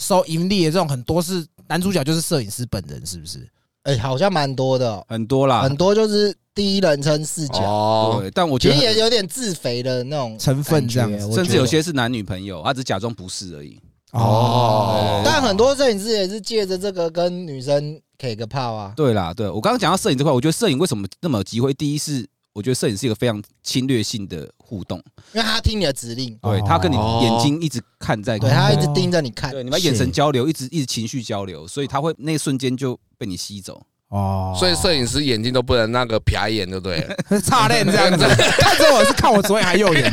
S1: 收盈利的这种，很多是男主角就是摄影师本人，是不是？
S4: 哎，好像蛮多的哦，
S3: 很多啦
S4: 很，多就是第一人称视角，
S2: 哦，
S3: 对，但啊我觉
S4: 其实也
S3: 得
S4: 有点自肥的那种
S1: 成分这样子
S4: 感觉我觉
S3: 甚
S4: 得
S3: 至有些是男女朋友，他只假装不是而已。
S2: 哦
S4: 但很多摄影师也是借着这个跟女生 K 个炮啊。
S3: 对啦，对我刚刚讲到摄影这块，我觉得摄影为什么那么有机会？第一是我觉得摄影是一个非常侵略性的互动，
S4: 因为他听你的指令，
S1: 哦
S3: 对他跟你
S2: 哦
S3: 眼睛一直看在，
S4: 对他一直盯着你看。
S3: 对你们眼神交流，一直一直情绪交流，所以他会那一瞬间就被你吸走。
S1: 哦
S2: 所以摄影师眼睛都不能那个瞟眼，对不对 了？
S1: 以差练这样子，看着我是看我左眼还右眼哎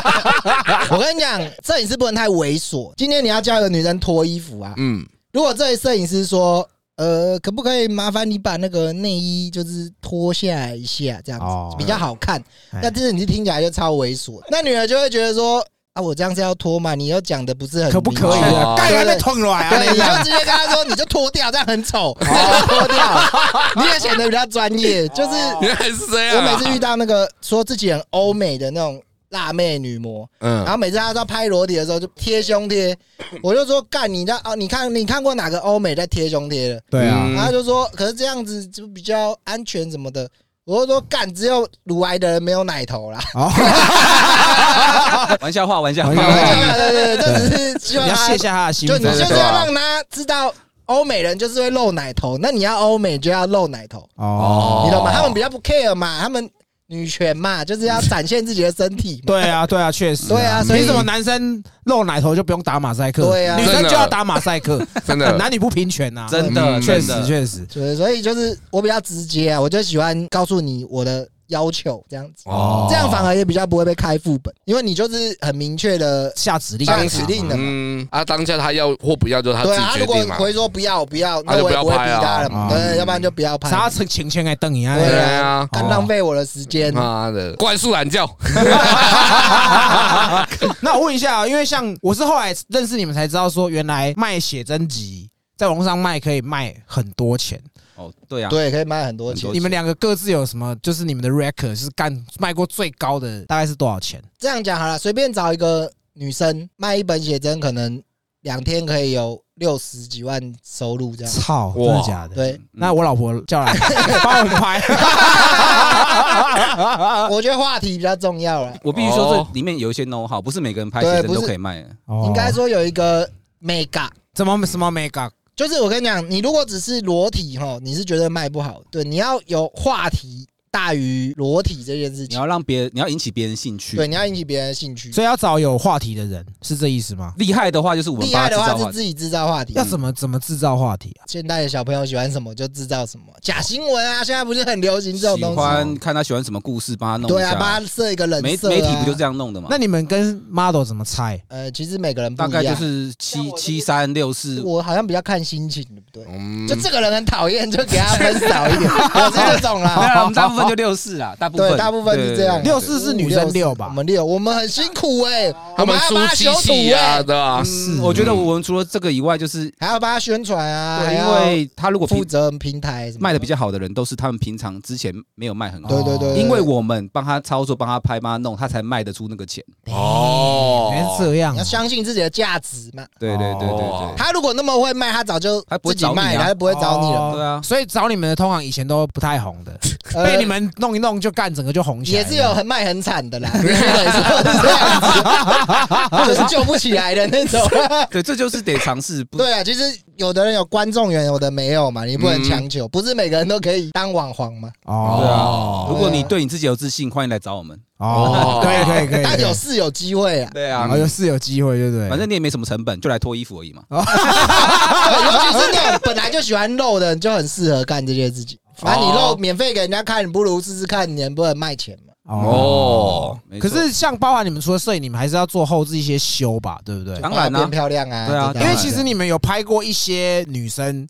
S1: 的，
S4: 我跟你讲，摄影师不能太猥琐。今天你要叫一个女生脱衣服啊，
S2: 嗯，
S4: 如果这位摄影师说，呃，可不可以麻烦你把那个内衣就是脱下来一下，这样子、
S1: 哦
S4: 比较好看。
S1: 哎
S4: 那这你听起来就超猥琐，那女儿就会觉得说，啊，我这样是要脱嘛？你又讲的不是很
S1: 可不
S4: 明
S1: 可以
S4: 确
S1: 啊？
S2: 哦
S1: 盖还被吞来啊！
S4: 对，
S1: 那
S4: 你就
S1: 样
S4: 直接跟他说，你就脱掉，这样 很丑，你就脱掉，你也显得比较专业。就是
S1: 哦
S2: 原来是这样
S4: 哦我
S2: 啊。
S4: 每次遇到那个说自己很欧美的那种辣妹女模，然
S2: 嗯，
S4: 后每次她到拍裸体的时候就贴 胸贴，我就说干你那哦，你看你看过哪个欧美在贴胸贴的？
S1: 对啊，
S4: 然后她就说，可是这样子就比较安全什么的。我就说干，只有乳癌的人没有奶头 啦。
S1: 哦，
S3: 玩笑话，玩笑
S1: 玩笑
S3: 话
S1: 话。
S4: 对对对，这只是希
S1: 啊你
S4: 望
S1: 要
S4: 她
S1: 卸下他的心
S4: 就
S1: 防，
S4: 你就是
S2: 对
S4: 要
S2: 啊
S4: 让他知道，欧美人就是会露奶头，那你要欧美就要露奶头，
S1: 哦，
S4: 你懂吗？他们比较不 care 嘛，他们女权嘛，就是要展现自己的身体嘛。
S1: 对啊，对啊，确实，
S4: 对啊所以
S1: 凭什么男生露奶头就不用打马赛克？
S4: 对啊
S1: 女生
S2: 真的
S1: 就要打马赛 克，
S2: 真的
S1: 男女不平权呐，
S3: 真的，
S2: 嗯
S1: 确
S3: 真
S1: 实
S3: 的
S1: 确实，
S4: 对，所以就是我比较直接啊，我就喜欢告诉你我的要求，这样子，
S2: 哦
S4: 这样反而也比较不会被开副本，因为你就是很明确的。
S1: 下指令，啊
S4: 下指令的嘛。
S2: 嗯，啊，当下他要或不要就是他自
S4: 对啊，
S2: 己
S4: 他
S2: 决
S4: 如果
S2: 定嘛。
S4: 回说不要我不要，
S2: 啊
S4: 那
S2: 就
S4: 我
S2: 不
S4: 也
S2: 要
S4: 不会
S2: 拍
S4: 逼
S2: 啊
S4: 他了嘛。
S1: 啊
S4: 对，要不然就不要拍。
S1: 啥情情牵来瞪你啊？
S4: 对
S2: 对
S4: 啊
S2: 啊，嗯
S4: 干
S1: 哦
S4: 浪费我的时间。
S2: 妈的，怪树懒觉。
S1: 那我问一下啊，因为像我是后来认识你们才知道，说原来卖写真集在网络上卖可以卖很多钱。
S3: 哦，对啊，
S4: 对，可以卖很多钱
S3: 很多。
S1: 你们两个各自有什么？就是你们的 record 是干卖过最高的大概是多少钱？
S4: 这样讲好了，随便找一个女生卖一本写真，可能两天可以有六十几万收 入这样。
S1: 操，真的
S2: 哇
S1: 假的？，
S4: 对，
S1: 那我老婆叫来 帮我们拍。
S4: 我觉得话题比较重要啊了。
S3: 我必须说
S2: 哦
S3: 这里面有一些 know how，不是每个人拍
S4: 对
S3: 写真
S4: 不
S3: 都
S4: 是
S3: 可以卖的。
S1: 哦
S4: 应该说有一个 mega，
S1: 怎么什么 make up？
S4: 就是我跟你讲，你如果只是裸体哈，你是觉得卖不好，对，你要有话题大于裸体这件事
S3: 你
S4: 情，
S3: 要让别人，你要引起别人兴趣。
S4: 对，你要引起别人的兴趣。
S1: 所以要找有话题的人，是这意思吗？
S3: 厉害的话就是我们
S4: 厉
S3: 帮他
S4: 害
S3: 制
S4: 的
S3: 造
S4: 话
S3: 话
S4: 是
S3: 题。
S4: 自己制造话题
S1: 要，怎么怎么制造话题啊？
S4: 现在的小朋友喜欢什么就制造什么，假新闻啊，现在不是很流行这种
S3: 喜
S4: 东西？
S3: 欢看他喜欢什么故事，帮他弄
S4: 对
S3: 一
S4: 啊，
S3: 下。
S4: 帮他设一个人
S3: 媒
S4: 设、啊。
S3: 媒体不就这样弄的嘛
S1: 那？你们跟 model 怎么猜？
S4: 呃，其实每个人不
S3: 大
S4: 一
S3: 概就
S4: 样
S3: 是七七三六四，
S4: 我好像比较看心情，对不对？
S2: 嗯
S4: 就这个人很讨厌，就给他分少一点。我是这种
S3: 没有
S4: 啦，
S3: 啦，我们大部分就六四啦，大部
S4: 啊对，
S3: 分
S4: 大部分是这样。
S3: 对
S1: 六四是女生六吧
S4: 我们六，我们很辛苦哎，
S2: 他
S4: 我
S2: 们
S4: 还要
S2: 输
S4: 帮他
S2: 七
S4: 修图
S2: 七啊，
S4: 哎，
S2: 对吧？
S1: 是
S3: 嗯我觉得我们除了这个以外，就是
S4: 还要帮他宣传啊，还
S3: 对，因
S4: 要
S3: 为他如果
S4: 负
S3: 平
S4: 责平台什么
S3: 卖的比。较好的人，都是他们平常之前没有卖很好
S4: 对，对对，对
S3: 因为我们帮他操作、帮他拍、帮他弄，他才卖得出那个钱。
S4: 嗯
S2: 哦，
S1: 原来是这样
S4: 你
S1: 啊
S4: 要，相信自己的价值嘛。
S3: 对对对对
S2: 哦
S3: 对，
S4: 他如果那么会卖，他早就
S3: 他不会
S4: 自己
S3: 找你啊
S4: 卖了，他就不会找你了。
S1: 哦
S3: 对啊
S1: 所以找你们的通常以前都不太红的，
S4: 呃
S1: 被你们弄一弄就干，整个就红起来。
S4: 也是有很卖很惨 的啦，也是有这样子，就是救不起来的 那种。
S3: 对，这就是得尝试。不，
S4: 对啊，其实有的人有观众缘，有的没有嘛，你不
S3: 嗯
S4: 能强求，不是每个人都可以当网红嘛。
S3: 对啊
S1: 哦
S3: 如果你对你自己有自信，欢迎来找我们。
S1: 哦，可以可以可以，
S4: 但有
S1: 可以
S4: 是有机会啊，
S3: 对
S1: 哦有是有机会，对不对？
S3: 反正你也没什么成本，就来脱衣服而已嘛。
S4: 尤其是那种本来就喜欢露的，人，就很适合干这些事情。反正你露免费给人家看，你不如试试看，你能不能卖钱嘛？
S1: 哦。
S3: 没
S1: 可
S3: 错
S1: 是像包含你们除了摄影，你们还是要做后置一些修吧，对不对？
S3: 当然
S4: 啊
S3: 啦
S4: 变，漂亮啊，
S3: 对啊
S4: 这当
S1: 因
S4: 然
S1: 为
S4: 的
S1: 其实 你们有拍过一些女生，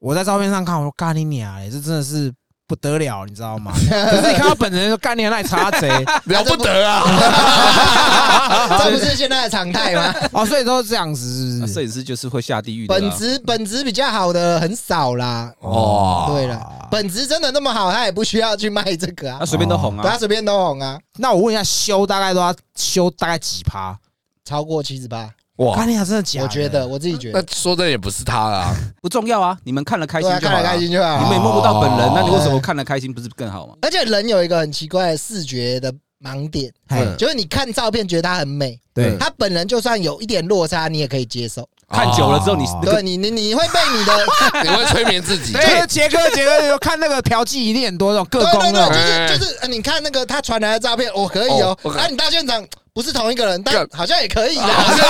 S1: 我在照片上看，我说干你娘欸嘞，这真的是不得了，你知 道吗？可是你看到本人，说干你娘那你插贼
S2: 了
S4: 哦
S2: 不 得啊！
S4: 这不是现在的常态 吗？
S1: 哦，所以都是这样子，是 不
S3: 啊
S1: 是
S3: 摄？影师就是会下地狱的
S4: 本
S3: 啦。
S4: 质本质比较好的很少啦。
S2: 哦
S4: 对了，本质真的那么好，他也不需要去卖这个啊
S3: 那，随便都红
S4: 对他
S3: 啊，
S4: 随便都红啊，
S1: 那我问一下，修大概都要修大概几趴？
S4: 超过七十八，
S2: 哇，
S1: 干你娘，真的假的？
S4: 我觉得我自己觉
S2: 那
S4: 得，
S2: 说真的也不是他 啦，
S3: 不重要啊，你们看了开心
S4: 对啊，
S3: 就
S4: 看
S3: 好
S4: 来
S3: 了。
S4: 开
S3: 你
S4: 心就好
S2: 你
S4: 啊。
S3: 们也摸不到本人
S2: 哦，
S3: 那你为什么看了开心不是更好吗？
S4: 而且人有一个很奇怪的视觉的盲点，
S1: 嘿
S2: 嗯
S4: 就是你看照片觉得她很美，
S1: 对
S4: 她本人就算有一点落差，你也可以接受。
S3: 看久了之后你
S1: 哦
S3: 那个
S4: 对你，你你会被 你的
S2: 你会催眠自己，
S1: 就是杰哥，杰哥有看那个嫖妓一定很多那种各
S4: 对
S1: 工
S4: 对
S1: 那
S3: 啊
S1: 种，
S4: 对，就
S2: 哎
S4: 是就是，呃你看那个他传来的照片，我可以哦
S2: 哦我，可
S4: 那你到现场不是同一个人，但
S2: 干
S4: 好像也可以啦，
S2: 好
S4: 是
S2: 像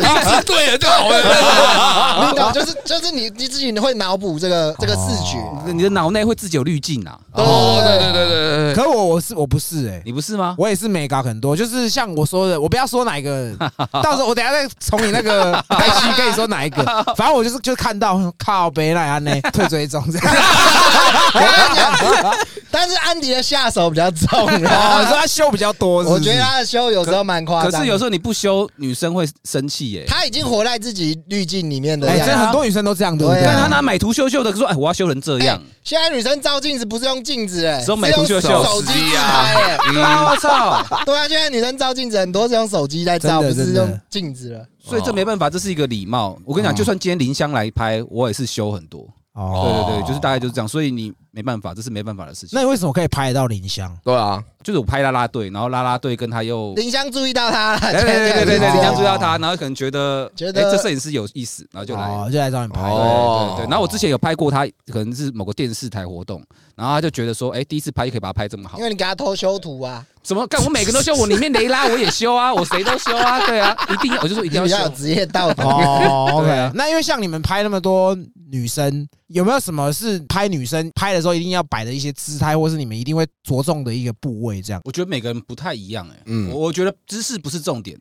S3: 哦
S4: 这样
S2: 名字
S4: 子。
S2: 啊对了就好了。
S4: 你懂，就是就是你你自己会脑补这个这个视觉，
S3: 你的脑内会自己有滤镜啊，
S2: 哦，对对对对对对，
S1: 可我我是我不是哎、
S3: 你不是吗？
S1: 我也是没搞很多，就是像我说的，我不要说哪一个， 到时候我等一下再从你那个开机跟你说哪一 个。反正我就是就是看到靠北来安呢，退追踪这样。
S4: 我跟你讲，但是安迪的下手比较 重
S1: 哦，你说
S4: 啊，
S1: 他修比较多是不
S4: 我
S1: 是，哎
S4: 觉得他的修有时候蛮夸
S3: 可
S4: 张的，
S3: 是有时候你不修，女生会生气耶。
S4: 他已经活在自己滤镜里面的
S1: 哎，
S4: 样
S1: 真
S4: 子
S1: 的。很多女生都这样，对不
S4: 啊对
S1: 对
S4: 啊？
S3: 但他拿美图秀秀的说，哎，我要修成这样
S4: 哎，现在女生照镜子不是用镜子，哎，
S3: 只有美图秀秀
S4: 是用手机自拍，哎，
S3: 啊我操！
S4: 对啊，现在女生照镜子很多是用手机在照，
S1: 真
S4: 不
S1: 的
S4: 是
S1: 真的
S4: 用镜子了。
S3: 所以这没办法，这是一个礼貌。我跟你讲，就算今天林香来拍，我也是修很多。对
S1: 哦，
S3: 对对，就是大概就是这样。所以你没办法，这是没办法的事情。
S1: 那你为什么可以拍得到林香？
S2: 对啊，
S3: 就是我拍啦啦队，然后啦啦队跟他又，哎
S4: 林香注意到他了，
S3: 对对对对对
S1: 这
S3: 对，
S1: 样
S3: 你
S1: 子
S3: 这样注意到他，然后可能觉得，
S4: 哦觉得
S3: 哎这摄影师有意思，然后就来。
S1: 哦，就来找你
S3: 对
S1: 拍。
S2: 哦
S3: 对对，然后我之前有拍过他，可能是某个电视台活动，然后他就觉得说，哎，第一次拍可以把它拍这么好
S4: 因，为你给他偷修图啊，
S3: 怎么干？我每个都修，我里面雷拉我也修啊，我谁都修啊，对啊，一定要，我就说一
S4: 你
S3: 定要
S4: 比较有
S3: 修。
S4: 职业 道德。
S1: 哦
S3: 对啊
S1: ，OK。那因为像你们拍那么多女生，有没有什么是拍女生拍的时候一定要摆的一些姿态，或是你们一定会着重的一个部位？这样
S3: 我觉得每个人不太一样，哎，
S2: 嗯
S3: 我我觉得姿势不是重点，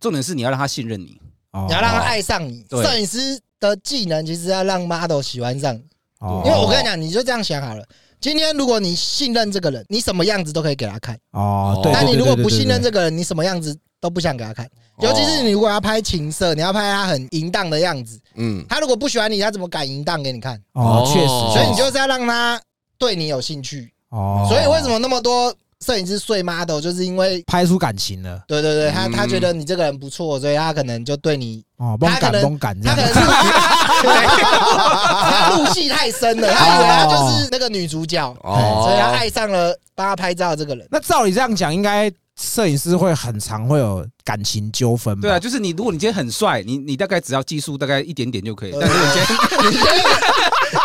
S3: 重点是你要让他信任你。
S1: 哦
S4: 你要让他爱上你。
S3: 对
S4: 摄影师的技能其实要让 model 喜欢上你，
S1: 哦
S4: 因为我跟你讲，你就这样想好了。今天如果你信任这个人，你什么样子都可以给他看；
S1: 哦，对。
S4: 但你
S1: 对
S4: 如果不信
S1: 对对对
S4: 任，
S1: 对
S4: 这个人，你什么样子都不想给他看。尤其是你如果要拍情色，你要拍他很淫荡的样子，
S2: 嗯，
S4: 他如果不喜欢你，他怎么敢淫荡给你看？
S1: 哦，确
S2: 哦
S1: 实，
S4: 所以你就是要让他对你有兴趣。
S1: 哦，
S4: 所以为什么那么多摄影师睡 model，就是因为
S1: 拍出感情了？
S4: 对对对，他
S2: 嗯
S4: 他觉得你这个人不错，所以他可能就对你
S1: 哦，崩
S4: 他可
S1: 感
S4: 能
S1: 崩感这
S4: 他可
S1: 样
S4: 能。是他入戏太深了，他以为他就是那个女主角，
S2: 哦
S4: 哎所以他爱上了帮他拍照的这个人。
S1: 那照你这样讲，应该摄影师会很常会有感情纠纷
S4: 嗯
S1: 吧？
S3: 对啊，，就是你，如果你今天很帅，你你大概只要技术大概一点点就可以。
S4: 对
S3: 但如果你今天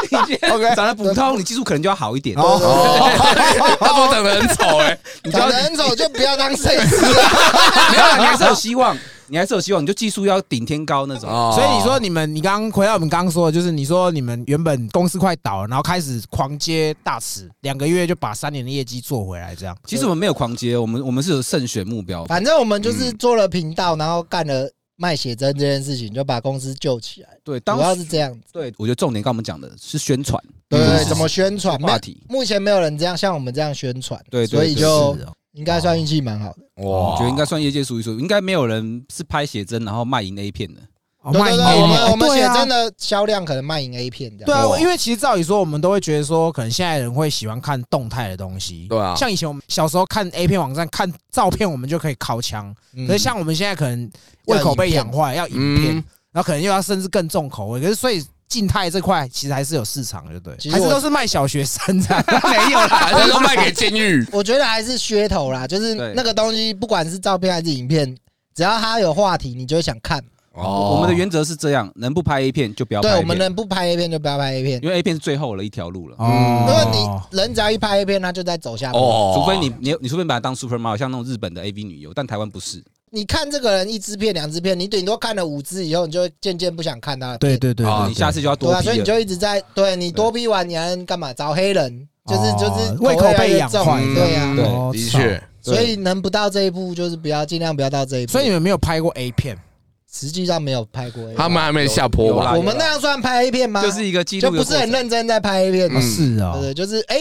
S3: 你今天长得普通，你技术可能就要好一点。
S1: 哦
S2: 哦，他不长得很丑哎，
S3: 你就要
S4: 长得很丑就不要当摄影师了，
S3: 没有啦，啊你还是有希望，你还是有希望，你就技术要顶天高那种。
S2: 哦
S1: 所以你说你们，你刚刚回到我们刚刚说的，就是你说你们原本公司快倒了，然后开始狂接大使，两个月就把三年的业绩做回来，这样。
S3: 其实我们没有狂接，我们我们是有慎选目标。
S4: 反正我们就是做了频道，然后干了卖写真这件事情，就把公司救起来。
S3: 对，当
S4: 主要是
S3: 时
S4: 这样子，
S3: 对，我觉得重点刚刚我们讲的是宣传，
S4: 对对
S3: 嗯
S4: 对，怎么宣传？没
S3: 话
S4: 有
S3: 题？
S4: 目前没有人这样像我们这样宣传，
S3: 对对
S4: 所以
S3: 对
S4: 就是
S1: 哦
S4: 应该算运气蛮好的。
S2: 哦
S3: 我觉得应该算业界数一数，应该没有人是拍写真然后卖淫 A 片的。
S1: 哦
S4: 对
S1: 卖
S4: 对
S1: 淫
S4: 对，我们
S1: 哎
S4: 我们
S1: 对
S4: 写
S1: 啊
S4: 真的销量可能卖淫 A 片这
S1: 对
S4: 样。
S1: 啊
S2: 哇，
S1: 因为其实照理说，我们都会觉得说，可能现在人会喜欢看动态的东西。
S2: 对啊
S1: 像以前我们小时候看 A 片网站看照片，我们就可以靠枪。
S4: 嗯
S1: 可是像我们现在可能胃口被养坏，要影片，
S2: 嗯
S1: 然后可能又要甚至更重口味。可是所以静态这块其实还是有市场，对不对
S4: 其？实
S1: 还是
S4: 我
S1: 都是卖小学生这样
S3: 没有啦，
S2: 反正都卖给监狱。
S4: 我觉得还是噱头啦，就是
S3: 对
S4: 那个东西，不管是照片还是影片，只要它有话题，你就会想看。
S2: 哦
S3: 我们的原则是这样，能不拍 A 片就不要拍
S4: 对，
S3: A
S4: 我
S3: 片，
S4: 们能不拍 A 片就不要拍 A 片，
S3: 因为 A 片是最后的一条路了。
S1: 哦
S4: 因为你人只要一拍 A 片，它就在走下坡。
S2: 哦，
S3: 除非你你你除非把它当 super model，像那种日本的 AV 女优，但台湾不是。
S4: 你看这个人一支片、两支片，你顶多看了五支以后，你就会渐渐不想看他的
S1: 对
S4: 片。
S1: 对对
S2: 啊
S1: 对，
S3: 你下次就要
S4: 对
S3: 多
S4: 啊，
S3: 批
S4: 所以你
S3: 了。
S4: 就一直在对你多逼完，你还能干嘛？找黑人，就是
S1: 哦
S4: 就是
S1: 胃口
S4: 越来
S1: 被
S4: 越
S1: 养
S4: 重
S1: 坏
S2: 了
S4: 对啊，
S3: 对
S1: 哦
S2: 的确，
S3: 对
S4: 所以能不到这一步，就是不要尽量不要到这一步。
S1: 所以你们没有拍过 A 片，
S4: 实际上没有拍过 A，
S2: 他们还没下坡吧？
S4: 我们那样算拍 A 片吗？
S3: 就是一个记录
S4: 就
S3: 的
S4: 不
S3: 过嗯
S4: 是很
S3: 程，
S4: 认真在拍 A 片
S1: 哦
S2: 嗯
S4: 嘛，
S1: 是
S4: 对
S1: 哦，
S4: 对，就是哎、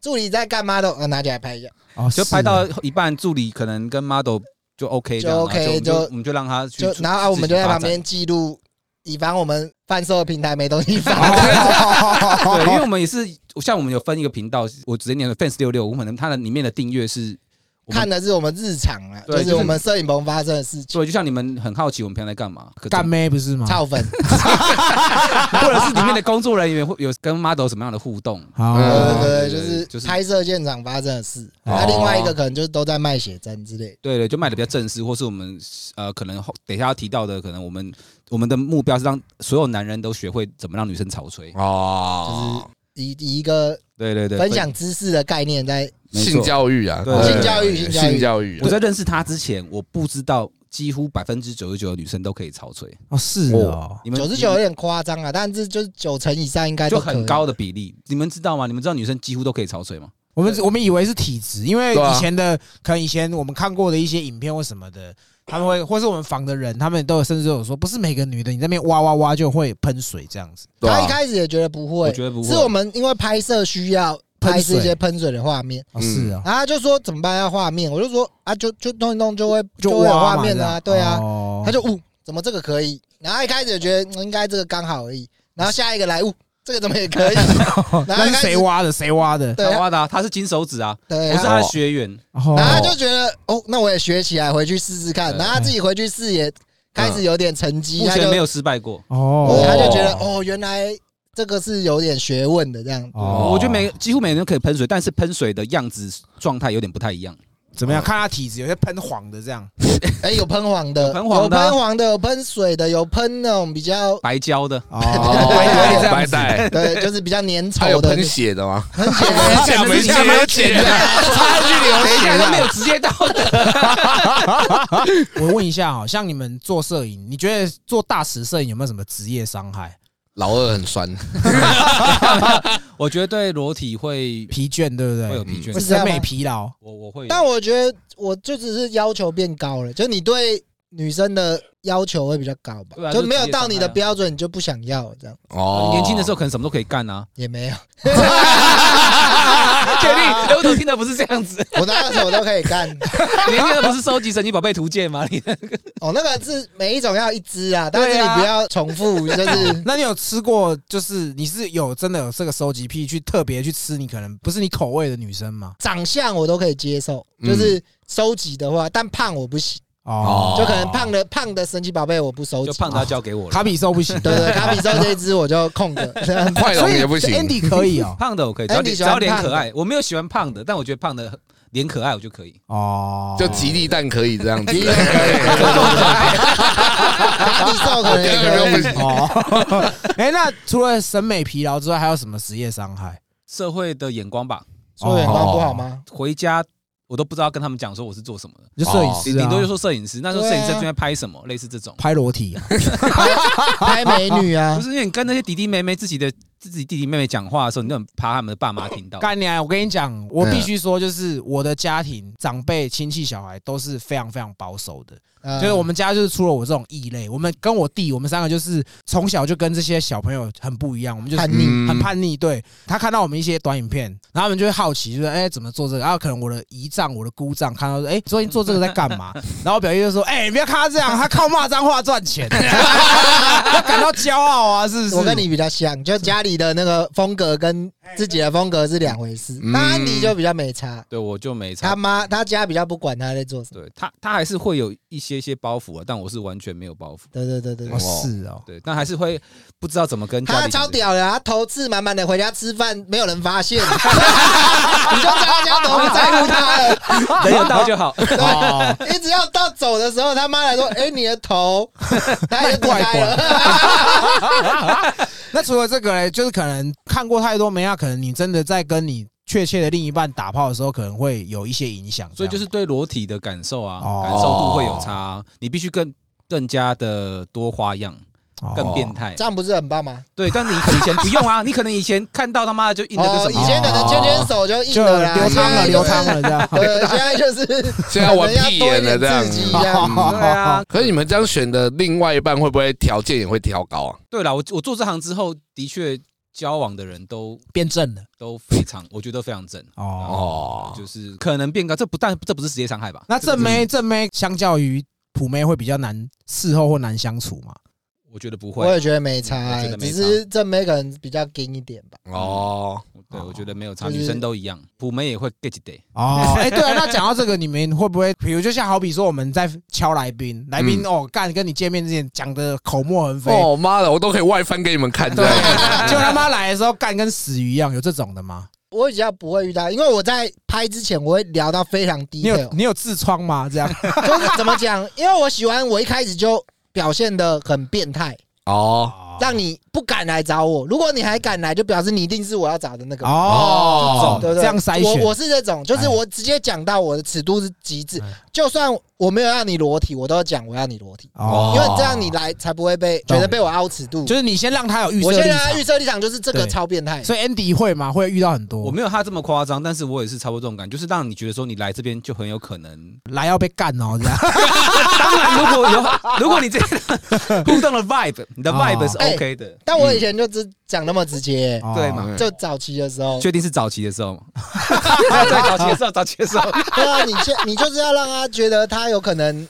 S4: 助理在干嘛的，呃，拿起来拍一下。
S1: 哦，
S3: 就是拍
S1: 哦
S3: 到一半，助理可能跟 model 就 OK，这
S4: 就
S3: 样啊
S4: OK，
S3: 就我们
S4: 就
S3: 我们就让他去
S4: 就
S3: 自己
S4: 然后啊我们就在
S3: 发
S4: 旁
S3: 展
S4: 边记录，以防我们贩售的平台没东 西放。
S3: 啊对，因为我们也是像我们有分一个频道，我直接念 fans 六六，我可能它的里面的订阅是我们
S4: 看的是我们日常啊，
S3: 对
S4: 就是我们摄影棚发生的事情。
S3: 对，就像你们很好奇我们平常在干嘛，可
S1: 干妹不是吗？
S4: 操粉，
S3: 或者是里面的工作人员会有跟 model 什么样的互动？
S1: 好
S4: 对
S2: 嗯
S4: 对对，
S3: 啊对对
S4: 就
S3: 就是是
S4: 拍摄现场发生的事。啊
S2: 哦
S4: 那另外一个可能就是都在卖写真之类的。
S3: 对对，就卖的比较正式，或是我们呃，可能后等一下要提到的，可能我们我们的目标是让所有男人都学会怎么让女生潮吹。
S2: 哦，
S4: 以以一个
S3: 对对对，
S4: 分享知识的概念在，
S3: 没错
S2: 性教育啊，
S3: 对
S2: 对
S3: 性
S4: 教育
S2: 对
S4: 性教育
S2: 性教育啊
S3: 我，在认识他之前，我不知道几乎百分之九十九的女生都可以潮吹，
S1: 哦是哦，
S3: 你们
S4: 九十九有点夸张啊，但是就是九成以上应该
S3: 就
S4: 都可以
S3: 很高的比例。你们知道吗？你们知道女生几乎都可以潮吹吗？
S1: 我们我们以为是体质，因为
S2: 对啊
S1: 以前的可能以前我们看过的一些影片或什么的，他们会或是我们房的人，他们都有甚至都有说，不是每个女的你在那边挖挖挖就会喷水这样子，
S2: 对
S4: 他
S2: 啊
S4: 一开始也觉得不
S3: 我
S4: 会，
S3: 觉得不会。
S4: 是我们因为拍摄需要拍摄一些喷水的画面，
S1: 哦
S2: 嗯
S1: 是啊，
S4: 然后他就说怎么办要画面，我就说啊就就弄一弄就会
S1: 就
S4: 会有
S1: 挖
S4: 画
S1: 嘛
S4: 面
S1: 这
S4: 啊，
S1: 样
S4: 对啊，
S1: 哦
S4: 他就呜怎么这个可以，然后一开始觉得嗯应该这个刚好而已，然后下一个来呜哦这个怎么也可以，然后
S1: 那
S4: 一
S1: 是
S4: 开始
S1: 谁挖的？谁挖的？
S4: 对
S3: 他
S4: 啊
S3: 挖的、啊，他是金手指啊，
S4: 对
S3: 我
S4: 啊
S3: 是他的学员。
S1: 哦
S4: 然后他就觉得哦那我也学起来回去试试看，
S3: 对
S4: 然后他自己回去试也开始有点成绩，
S3: 目
S4: 他
S3: 前
S4: 就
S3: 没有失败过。
S4: 对
S1: 哦，
S4: 他就觉得哦原来这个是有点学问的这样。
S1: 哦
S3: 我觉得每几乎每个人都可以喷水，但是喷水的样子状态有点不太一样。
S1: 怎么样？看他体质，有些喷黄的这样，
S4: 哎、有喷黄的，
S3: 有喷黄的啊
S4: 有喷黄的，有喷水的，有喷那种比较，
S3: 白胶的，
S1: 哦， 白这
S2: 白带
S1: 样
S2: 白
S1: 子，
S2: 带，
S4: 对，就是比较粘
S2: 还
S4: 稠
S2: 有
S4: 的
S2: 喷，血的 吗？
S4: 很显
S2: 没
S4: 然，
S2: 血没血没有血的，差距流
S3: 等一
S2: 血
S3: 下都没
S2: 的。
S3: 有职业道德。
S1: 我问一下哈，像你们做摄影，你觉得做大尺摄影有没有什么职业伤害？
S2: 老二很酸，
S3: 我觉得对裸体会
S1: 疲倦，对不嗯
S3: 会有
S1: 对？
S3: 疲倦
S1: 会
S4: 是这
S1: 审
S4: 样吗
S1: 美疲劳。
S3: 我我会有，
S4: 但我觉得我就只是要求变高了，就你对女生的要求会比较高吧，
S3: 对啊
S4: 就
S3: 就
S4: 没有
S3: 职业
S4: 到你的
S3: 伤害啊
S4: 标准，你就不想要这样，
S2: 哦，
S3: 呃年轻的时候可能什么都可以干啊。
S4: 也没有，
S3: 确定？ 哎我怎么听的不是这样子？
S4: 我那时候都可以干。
S3: 年轻的不是收集神奇宝贝图鉴吗？ 你
S4: 哦，那个是每一种要一支啊，但是
S3: 对
S4: 你
S3: 啊
S4: 不要重 复，就是
S1: 那你有吃过，就是你是有真的有这个收集癖，去特别去吃你可能不是你口味的女生吗？
S4: 长相我都可以接受，
S2: 嗯
S4: 就是收集的话，但胖我不行，
S1: 哦，
S4: 就可能胖的胖的神奇宝贝我不收集
S3: 就，胖子要交给我了。
S1: 卡比兽不行，
S4: 对 对，卡比兽这一只我就空 着，这样
S2: 快龙也不行
S1: 所以 Andy 可以 哦，
S3: 胖的我可以，只要
S4: Andy
S3: 脸
S4: 喜
S3: 只
S4: 欢
S3: 要脸
S4: 胖的
S3: 可爱，我没有喜欢胖的，但我觉得胖的脸可爱我就可以。
S1: 哦，
S2: 就吉利蛋可以这样子，
S4: 吉利蛋卡比兽可能也
S2: 我觉得没有
S4: 可以
S2: 问。题
S1: 哦， 哎，那除了审美疲劳之外，还有什么职业伤害？
S3: 社会的眼光吧，
S1: 哦
S4: 说眼光不好吗？
S3: 回家我都不知道跟他们讲说我是做什么的，
S1: 就摄影
S2: 哦
S1: 师啊，
S3: 顶多就说摄影师。那时候摄影师
S4: 对啊
S3: 正在拍什么，类似这种。
S1: 拍裸体啊，
S4: 拍美女啊
S3: 不，是因为你跟那些弟弟妹妹自己的自己弟弟妹妹讲话的时候，你都很怕他们的爸妈听到。
S1: 干你啊！我跟你讲，我必须说，就是我的家庭长辈、亲戚、小孩都是非常非常保守的。
S4: 嗯
S1: 就是我们家就是除了我这种异类，我们跟我弟，我们三个就是从小就跟这些小朋友很不一样，我们就是
S4: 叛逆。
S2: 嗯
S1: 很叛逆。对他看到我们一些短影片，然后他们就会好奇，就是哎、怎么做这个？然后可能我的姨丈、我的姑丈看到说，哎、昨天做这个在干 嘛？然后我表弟就说，哎、你不要看他这样，他靠骂脏话赚 钱，要感到骄傲啊，是不是？
S4: 我跟你比较像，就家里的那个风格跟自己的风格是两回事。
S2: 嗯
S4: 那安迪就比较没差，
S3: 对，我就没
S4: 他
S3: 差。
S4: 妈他家比较不管他在做什么。
S3: 对他，他还是会有一些些包袱啊了，但我是完全没有包袱。
S4: 对对对对
S1: 哦，
S4: 对，
S1: 是哦，
S3: 对，但还是会不知道怎么跟家
S4: 他
S3: 里
S4: 超
S3: 解释
S4: 屌的，啊他头刺满满的回家吃饭，没有人发现， 你就知道人家多不在乎他了。
S3: 人有到就 好。
S1: 哦，
S4: 你只要到走的时候，他妈 来说：“哎、你的头，他也离
S1: 怪
S4: 开了。
S1: 那除了这个嘞，就是可能看过太多梅亚，可能你真的在跟你确切的另一半打炮的时候，可能会有一些影响。
S3: 所以就是对裸体的感受啊，
S1: 哦
S3: 感受度会有差啊、你必须更更加的多花样，
S1: 这样
S3: 更
S1: 哦
S3: 变态。
S4: 这样不是很棒吗？
S3: 对，但你可能以前不用啊，你可能以前看到他妈的就硬的
S4: 哦，
S3: 跟什么
S4: 以前可能牵牵手就硬
S1: 就
S4: 了啦，
S1: 流汤了，
S4: 现在就
S1: 流
S4: 是
S1: 汤。了这样。哦
S4: 对，现在就是
S2: 现在玩
S4: 可能要
S2: 屁
S4: 多一
S2: 眼
S4: 点
S2: 了这样
S4: 刺。激一
S1: 哦
S4: 下。
S3: 对啊，
S2: 可是你们这样选的另外一半会不会条件也会调高啊？
S3: 对了，我我做这行之后，的确交往的人都
S1: 变正了
S3: 都非常，我觉得非常正，
S1: 哦。
S2: 哦，
S3: 就是可能变高，这不但这不是职业伤害吧？
S1: 那
S3: 这
S1: 正
S3: 不是
S1: 妹正妹相较于普妹会比较难伺候或难相处嘛？
S3: 我觉得不会
S4: 我，也觉得没差、
S3: 嗯我觉
S4: 欸，
S3: 得没
S4: 只
S3: 差
S4: 是正妹可能比较硬一点吧。
S2: 哦，
S3: 对我觉得没有差，
S4: 就是
S3: 女生都一样，普妹也会 get day，
S1: 哦，哎，对啊，那讲到这个，你们会不会，比如就像好比说我们在敲来宾，来
S3: 嗯
S1: 宾哦干跟你见面之前讲的口沫横飞，
S2: 哦妈的，我都可以外翻给你们看
S1: 对
S2: 的。，
S1: 就他妈来的时候干跟死鱼一样，有这种的吗？
S4: 我比较不会遇到，因为我在拍之前我会聊到非常低
S1: 你有
S4: 调，
S1: 你有痔疮吗？这样
S4: 就是怎么讲？因为我喜欢我一开始就表现的很变态，
S2: 哦
S4: 让你不敢来找我。如果你还敢来，就表示你一定是我要找的那个。
S1: 哦，
S4: 对不对？
S1: 这样筛选，
S4: 我我是这种，就是我直接讲到我的尺度是极致
S1: 哎，
S4: 就算我没有让你裸体，我都讲我要你裸体，因为这样你来才不会被
S1: 懂
S4: 觉得被我凹尺度
S1: 哦就。是你先让他有预设
S4: 我现
S1: 立
S4: 在他
S1: 场
S4: 预，设立场就是这个
S1: 对
S4: 超变态，
S1: 所以 Andy 会吗？会遇到很
S3: 我
S1: 多
S3: 没有他这么夸张，但是我也是差不多这种感觉，就是让你觉得说你来这边就很有可能。
S1: 来要被干哦，这样
S3: 当然，如果有，如果你这个互动的 vibe，你的
S1: 哦
S3: vibe 是
S4: 哎
S3: OK 的，
S4: 但我以前就只讲那么直接， 啊
S3: 对
S1: 哦
S3: 嘛
S2: 嗯
S4: 就早期的时候，
S3: 确定是早期的时候吗？ 对，早期的时候，早期的时候，
S4: 对啊，你先你就是要让他觉得他有可能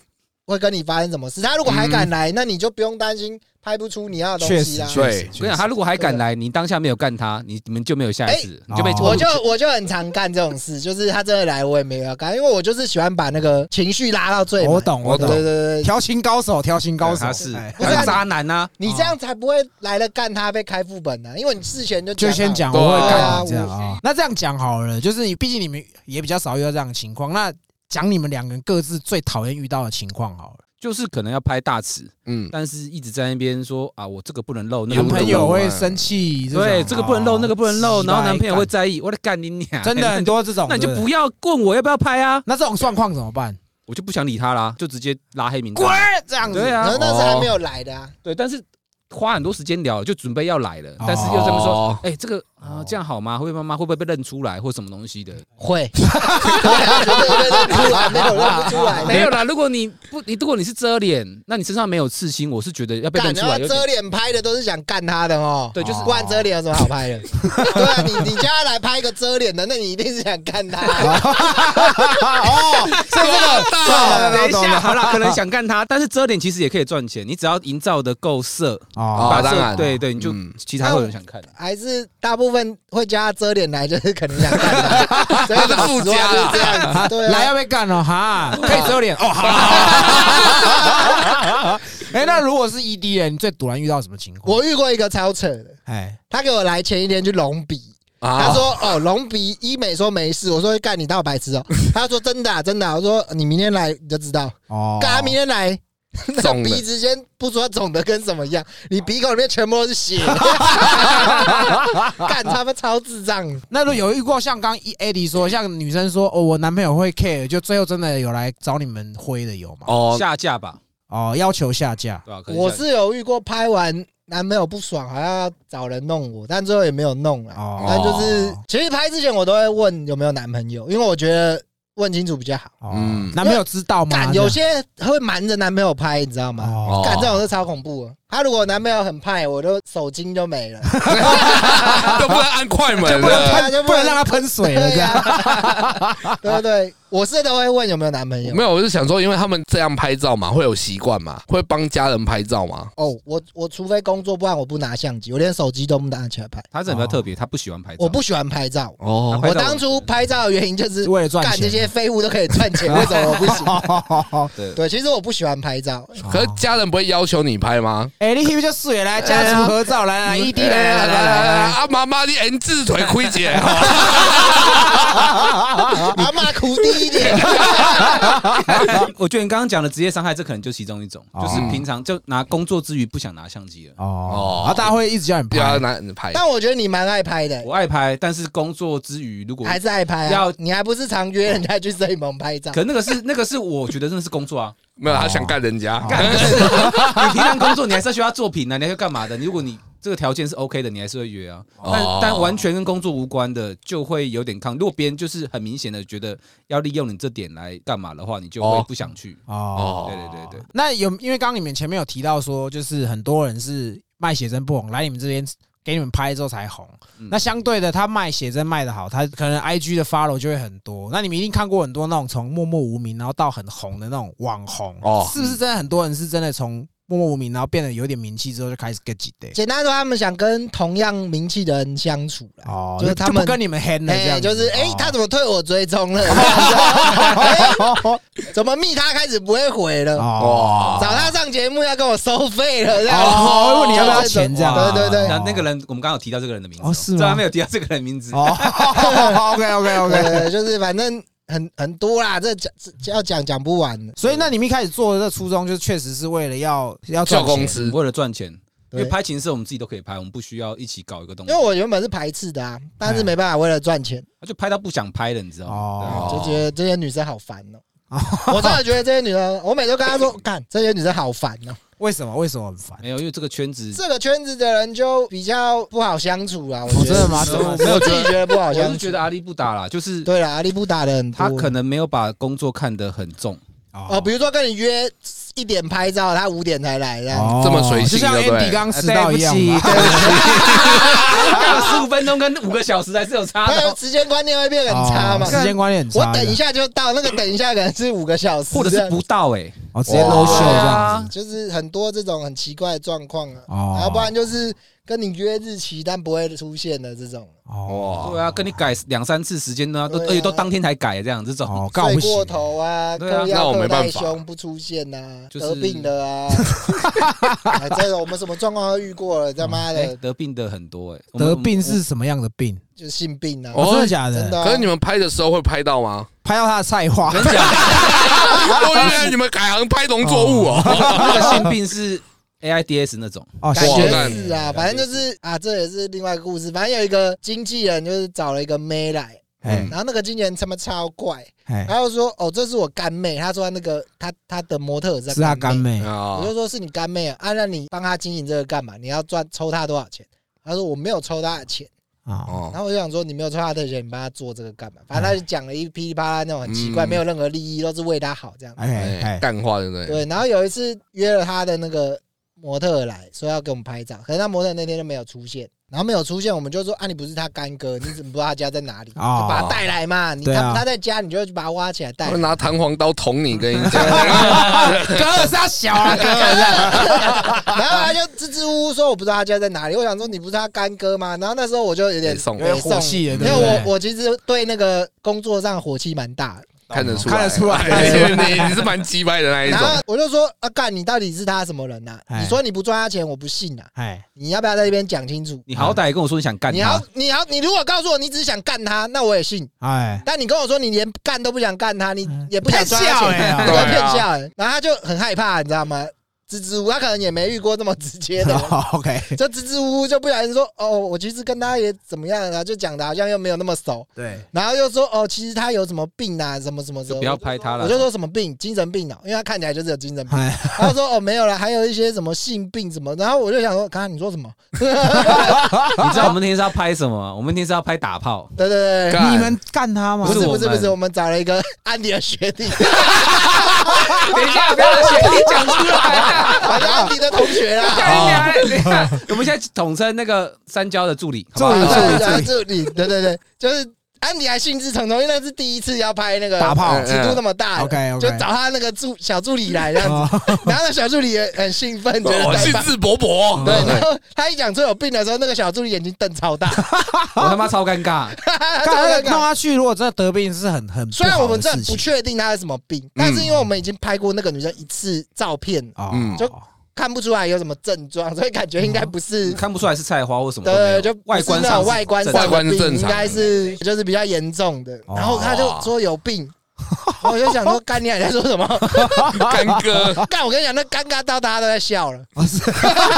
S4: 会跟你发生什么事，他如果还敢来，那你就不用担心拍不出你要的
S1: 哦确
S4: 东西
S1: 实
S4: 啦。
S2: 对
S1: 确实
S3: 啊我跟你讲，他如果还敢来，你当下没有干他，你你们就没有下一次，你就被
S1: 哦
S4: 我就我就很常干这种事，就是他真的来，我也没有要干，因为我就是喜欢把那个情绪拉到最
S1: 确实
S4: 满。
S1: 我懂我
S4: 对
S1: 懂
S4: 对，对对，
S1: 调情高手，调情高手
S3: 他是
S1: 哎
S4: 不是
S3: 他是渣男啊呐，
S4: 你这样才不会来了干他被开副本呢、因为你事前就
S1: 就先
S4: 讲
S1: 讲
S2: 对
S1: 我
S2: 啊
S1: 会干你这样
S4: 我
S1: 啊。那这样讲好了，就是你毕竟你们也比较少遇到这样的情况，那讲你们两个人各自最讨厌遇到的情况好了。
S3: 就是可能要拍大尺，
S2: 嗯，
S3: 但是一直在那边说啊，我这个不能露，那个
S1: 男
S3: 不能
S1: 朋
S3: 露
S1: 友会生气，种
S3: 对这个不能露，那个不能露，
S1: 鸡
S3: 然后男
S1: 掰
S3: 朋友
S1: 干
S3: 会在意，我的干你娘，
S1: 哦
S3: 哎
S1: 真的很多这种，
S3: 那你就
S1: 对对
S3: 不要问我要不要拍啊，
S1: 那这种状况怎么办？
S3: 我就不想理他啦，就直接拉黑名单
S1: 滚。这样子，
S3: 对
S4: 然
S3: 啊
S4: 后，那时候还没有来的啊，
S3: 对，但是花很多时间聊，就准备要来了，但是又这么说，
S2: 哦
S3: 哎、这个啊，这样好吗？会不会妈妈会不会被认出来或什么东西的？
S4: 会，对对对，出来没哎有认不出来，
S3: 没有啦，如果你不，你如果你是遮脸，那你身上没有刺青，我是觉得要被认出
S4: 干，然后
S3: 来有点
S4: 遮脸拍的都是想干他的哦。
S3: 对，就是
S1: 哦
S4: 不然遮脸有什么好拍的？对啊，你你叫他来拍一个遮脸的，那你一定是想干他、
S1: 哦，这个
S2: 大
S3: 等一下，哦好啦，可能想干他，但是遮脸其实也可以赚钱，你只要营造的够色，
S1: 哦
S2: 哦
S3: 把
S2: 当
S3: 色
S2: 然
S3: 对对，你就
S2: 嗯
S3: 其实还会有人想看。
S4: 还是大部分会叫他遮脸来，就是可能想 干他。所以老实话就是这样子，对
S1: 来
S4: 啊。
S1: 要被干了哈， 可以遮脸哦，好啦。 好啦哎，那如果是 ED 人，你最突然遇到什么情况？
S4: 我遇过一个超扯的，
S1: 哎，
S4: 他给我来前一天去隆鼻，
S2: 啊
S4: 他说哦隆鼻医美说没事，我说干你当我白痴哦，他说真的啊真的啊，我说你明天来你就知道，
S1: 哦
S4: 干他明天来。那
S2: 肿
S4: 个
S2: 的
S4: 鼻子先不说肿的跟什么样，你鼻孔里面全部都是血，干他们超智障。
S1: 那如果有遇过像刚一 AD 说，像女生说哦，我男朋友会 care，就最后真的有来找你们挥的有吗？
S2: 哦，
S3: 下架吧，
S1: 哦，要求下架
S3: 对吧？可能下
S4: 我是有遇过拍完男朋友不爽，还要找人弄我，但最后也没有弄啊啦。
S1: 哦，
S4: 但就是其实拍之前我都会问有没有男朋友，因为我觉得问清楚比较好。
S1: 嗯
S2: 嗯，
S1: 男朋友知道吗？
S4: 干有些会瞒着男朋友拍，你知道吗？
S1: 啊哦
S4: 干这种是超恐怖的，她如果男朋友很派，我都手巾就没了，
S2: 都不能按快门
S1: 不能
S4: 对
S2: 了。
S4: 啊就
S1: 喷，哎不
S4: 不
S1: 能
S4: 能
S1: 让他喷水了，这
S4: 对啊
S1: 样。
S4: 呀， 对不对？我是都会问有没有男朋友
S2: 没。有，我是想说，因为他们这样拍照嘛，会有习惯嘛，会帮家人拍照嘛。
S4: 哦，我我除非工作，不然我不拿相机，我连手机都不拿起来拍。
S3: 他这人比较特别，他不喜欢拍照。
S4: 我不喜欢拍照，
S2: 哦
S3: 拍
S4: 我
S3: 照
S4: 当初拍照的原因就是
S1: 是为了赚
S4: 干
S1: 钱
S4: 这些废物都可以赚钱，为什么我不行？
S3: 对，
S4: 对，其实我不喜欢拍照，
S2: 可是家人不会要求你拍吗？
S1: 哎，你翕就水来，
S4: 哎
S1: 家族合照来
S4: 嗯
S1: 来，ED 哎来来来来来，
S2: 啊，妈妈，你 N 字腿亏姐，
S4: 阿妈苦逼一点。
S3: 我觉得你刚刚讲的职业伤害，这可能就其中一种，
S1: 哦
S3: 就是平常就拿工作之余不想拿相机了。
S1: 哦，然后大家会一直叫你
S2: 要
S1: 拍，
S2: 拿你拍。
S4: 但我觉得你蛮爱拍的，
S3: 我爱拍，但是工作之余如果
S4: 还是爱拍啊
S3: 要？
S4: 你还不是常约人家去摄影棚拍照？
S3: 可那个是那个是我觉得真的是工作啊，
S2: 没有，他想干人家。
S3: 干就是你平常工作你还是要需要作品啊，你还要干嘛的？如果你这个条件是 OK 的，你还是会约啊。但
S2: 哦
S3: 但完全跟工作无关的，就会有点抗。如果别人就是很明显的觉得要利用你这点来干嘛的话，你就会
S2: 哦
S3: 不想去。
S1: 哦，
S3: 对对对对。
S1: 那有，因为刚刚你们前面有提到说，就是很多人是卖写真不红，来你们这边给你们拍之后才红。
S3: 嗯
S1: 那相对的，他卖写真卖的好，他可能 IG 的 follow 就会很多。那你们一定看过很多那种从默默无名然后到很红的那种网红，
S2: 哦
S1: 是不是真的很多人是真的从默默无名然后变得有点名气之后就开始 get 挤的？
S4: 简单说，他们想跟同样名气的人相处啦。
S1: 哦
S4: 就是他们
S1: 不跟你们 hand 了这
S4: 哎，
S1: 样子，
S4: 就是哎
S1: 哦，
S4: 他怎么退我 追踪了？ 哎怎么密他开始不会回了？
S1: 哦，
S2: 哇
S4: 找他上节目要跟我收费了，这样子
S1: 哦，问你要不要钱这样？
S4: 对对对
S3: 然后那个人，我们刚刚有提到这个人的名字哦，
S1: 哦是吗
S3: 虽然没有提到这个人名字，
S1: 哦，OK OK
S4: 对
S1: 哦 OK，
S4: 对，对就是反正很很多啦，这讲这要讲讲不完。
S1: 所以那你们一开始做的这初衷，就确实是为了要要赚
S2: 叫
S1: 钱
S2: 公司
S3: 为了赚钱，因
S4: 对
S3: 为拍情色我们自己都可以拍，我们不需要一起搞一个东西
S4: 因为，我原本是排斥的啊，但是没办法，为了赚钱，
S3: 就拍到不想拍了，你知道吗啊
S1: 哦？
S4: 就觉得这些女生好烦哦。 我真的觉得这些女生，我每次跟 她说，干这些女生好烦哦。
S1: 为什么？为什么很烦
S3: 对？没有，因为这个圈子，
S4: 这个圈子的人就比较不好相处啊，我
S1: 哦真
S4: 觉得
S1: 的吗
S4: 是吗
S1: 真的吗
S4: 我自己觉得不好
S3: 我
S4: 相
S3: 是
S4: 处
S3: 觉。得阿力不打啦，就是
S4: 对啦，阿力不打的很多，
S3: 他可能没有把工作看得很 重，
S4: 哦，比如说跟你约一点拍照，他五点才来这样。
S1: 哦
S2: 这么随性
S1: 就像
S2: 对不对
S1: Andy 刚迟
S3: 啊
S1: 到
S3: 对
S1: 一
S3: 不
S1: 样
S3: 起，对
S1: 嘛。
S3: 不起，十五分钟跟五个小时还是有差
S4: 他
S3: 的
S4: 的
S3: 哦，
S4: 时间观念会变很差嘛
S1: 哦？时间观念很
S4: 我
S1: 差的。
S4: 等一下就到，那个等一下可能是五个小时，
S3: 或者
S4: 这
S3: 是
S4: 样
S3: 不到哎，
S1: 哦，直接 no show
S4: 对
S1: 这
S3: 啊
S1: 样子。
S4: 就是很多这种很奇怪的状况啊。
S1: 哦，
S4: 然后不然就是跟你约日期但不会出现的这种，
S1: 哦，
S3: 对啊，跟你改两三次时间呢，都
S4: 对啊
S3: 而且都当天才改这样，这种
S1: 哦，告
S4: 睡
S1: 不行
S4: 过。头啊，
S3: 对啊
S4: 嗑
S2: 那
S4: 药
S2: 我
S4: 嗑
S2: 没
S4: 太
S2: 办法
S4: 凶不出现呐，
S3: 就是
S4: 得病的啊，哎这种我们什么状况都遇过了，他妈
S3: 哎
S4: 的
S3: 得病的很多哎，我们
S1: 得病是什么样的病？
S4: 就性病啊，
S2: 哦
S1: 真的假
S4: 真
S1: 的？
S4: 的啊。
S2: 可是你们拍的时候会拍到吗？
S1: 拍到他的菜花
S3: 我，跟你讲，
S1: 啊
S2: 我原来你们改行拍农作物 哦。
S3: 那个性病是 AIDS 那种，
S1: 哦，
S4: 感
S1: 是
S4: 觉
S2: 哇
S4: 是啊，
S3: 干
S4: 反正就是啊，这也是另外一个故事。反正有一个经纪人就是找了一个妹来，
S1: 哎
S4: 然后那个经纪人他妈超怪，
S1: 哎，
S4: 他就说哦，这是我干妹，他说他那个他他的模特
S1: 是他干
S4: 妹。
S1: 妹。
S4: 我
S2: 啊
S4: 就说是你干妹啊，啊，那你帮她经营这个干嘛？你要赚抽她多少钱？她说我没有抽她的钱，
S1: 啊，
S4: 然
S2: 哦，
S4: 后我就想说你没有抽她的钱，你帮她做这个干嘛？反正
S1: 嗯
S4: 她就讲了一噼里啪啦那种很奇怪，
S2: 嗯
S4: 没有任何利益，都是为她好这样。
S1: 哎
S2: 哎
S1: 哎，
S2: 干话对不对？
S4: 对，然后有一次约了她的那个模特儿来说要给我们拍照，可是她模特那天就没有出现，然后没有出现，我们就说啊，你不是她干哥，你怎么不知道她家在哪里？就
S1: 哦
S4: 把她带来嘛，你
S1: 对
S4: 她
S1: 啊哦
S4: 她在家，你就去把她挖起来带
S2: 我
S4: 来。
S2: 拿弹簧刀捅你，跟你讲，
S1: 哥二是他小啊，哥二
S4: 然后他就支支吾吾说我不知道他家在哪里，我想说你不是他干哥吗？然后那时候我就有点
S2: 北宋
S1: 有点火气了
S4: 因
S1: 对
S4: 为
S1: 不对
S4: 我我其实对那个工作上火气蛮大的。
S2: 看得出来，
S1: 看得出来
S2: 哎你你是蛮鸡掰的那一
S4: 然
S2: 种。
S4: 后我就说啊，干你到底是他什么人呐、啊？
S1: 哎
S4: 你说你不赚他钱，我不信啊！
S1: 哎，
S4: 你要不要在这边讲清楚？
S3: 你好歹也跟我说你想干
S4: 你要
S3: 他，
S4: 你要你如果告诉我你只是想干他，那我也信。
S1: 哎，
S4: 但你跟我说你连干都不想干他，你
S1: 嗯
S4: 也不想赚他
S1: 骗笑
S4: 钱，
S1: 欸啊
S4: 你在骗
S2: 对啊
S4: 笑欸、然后他就很害怕，你知道吗？支支吾，吾，他可能也没遇过这么直接的 人。
S1: 好哦 OK，
S4: 就支支吾吾，就不小心说哦，我其实跟他也怎么样啊，就讲的好像又没有那么熟，
S1: 对，
S4: 然后又说哦，其实他有什么病啊，什么什么什
S3: 就
S4: 么，
S3: 不要拍他了
S4: 我就。说什么病，精神病啊，因为他看起来就是有精神病。
S1: 哎，
S4: 他就说哦没有了，还有一些什么性病什么，然后我就想说，刚刚你说什么？
S3: 你知道我们那天是要拍什么吗？我们那天是要拍打炮，
S4: 对对对对，
S2: 干
S1: 你们干他吗
S4: 不？是
S3: 我
S4: 不是
S3: 们
S4: 不是，我们找了一个安迪的学弟，
S3: 等一下，不要把学历讲出来 啊！
S4: 好像你的同学啦。
S3: 干你娘等一下！我们现在统称那个三交的助理，好吧
S1: 助理
S3: 好
S4: 对对助理，啊对对对，就是安迪还兴致冲冲，因为那是第一次要拍那个
S1: 打炮
S4: 尺度那么大的
S1: OK，OK
S4: 就找他那个助小助理来这样
S1: 哦
S4: 子，然后那小助理也很兴奋，觉得
S2: 我
S4: 在
S2: 哦兴
S4: 拍。
S2: 致哦勃勃。
S4: 对，然后他一讲出有病的时候，那个小助理眼睛瞪超大，
S3: 我他妈超尴尬。
S1: 干
S4: 超
S1: 那
S4: 尴
S1: 个弄
S4: 尬。
S1: 他去，如果真的得病是很很
S4: 虽然我们
S1: 这
S4: 这不确定他是什么病，但是因为我们已经拍过那个女生一次照片，
S1: 啊
S2: 嗯
S4: 就看不出来有什么症状，所以感觉应该不是
S3: 嗯看不出来是菜花或什么都没有，
S4: 对，就
S3: 外观
S4: 不是那
S3: 上
S4: 种
S3: 是
S4: 外观上
S3: 正
S4: 的
S3: 常
S2: 外观是
S4: 病
S2: 正常
S4: 应
S2: 的
S4: 该是就是比较严重的。
S1: 哦
S4: 然后他就说有 病，然后我就想说干你还在说什么？
S2: 干哥，
S4: 干我跟你讲，那尴尬到大家都在笑了。
S3: 哦
S4: 你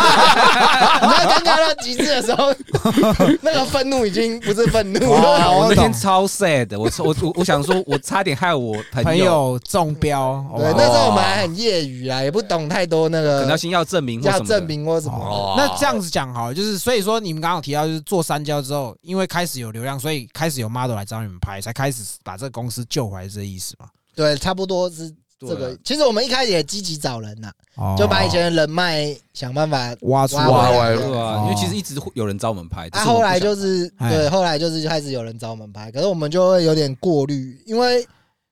S4: 知道尴尬到极致的时候， 那个愤怒已经不是愤怒
S1: 哦
S4: 了。
S3: 我
S1: 我
S3: 那
S1: 懂
S3: 天超 sad，的我我我我想说，我差点害我
S1: 朋
S3: 朋友，
S1: 友中标，
S4: 对，
S1: 哇
S4: 那时候我们还很业余啊，也不懂太多那
S3: 可能要
S4: 个
S3: 先要证明或什
S4: 要
S3: 么的
S4: 证。明或什么。
S2: 哦
S1: 那这样子讲好了，就是所以说你们刚刚有提到，就是做三交之后，因为开始有流量，所以开始有 model 来找你们拍，才开始把这个公司救回来，这个意思嘛？
S4: 对，差不多是这
S3: 对
S4: 个
S3: 啊。
S4: 其实我们一开始也积极找人呐，
S1: 哦
S4: 就把以前的人脉想办法
S1: 挖出
S4: 挖
S2: 挖
S1: 来。
S2: 来
S4: 来。
S3: 对啊，
S1: 哦
S3: 因为其实一直会有人找我们拍，只
S4: 啊，
S3: 是我
S4: 后
S3: 们不
S4: 来
S3: 想
S4: 就是
S1: 哎
S4: 对，后来就是开始有人找我们拍，可是我们就会有点过滤，因为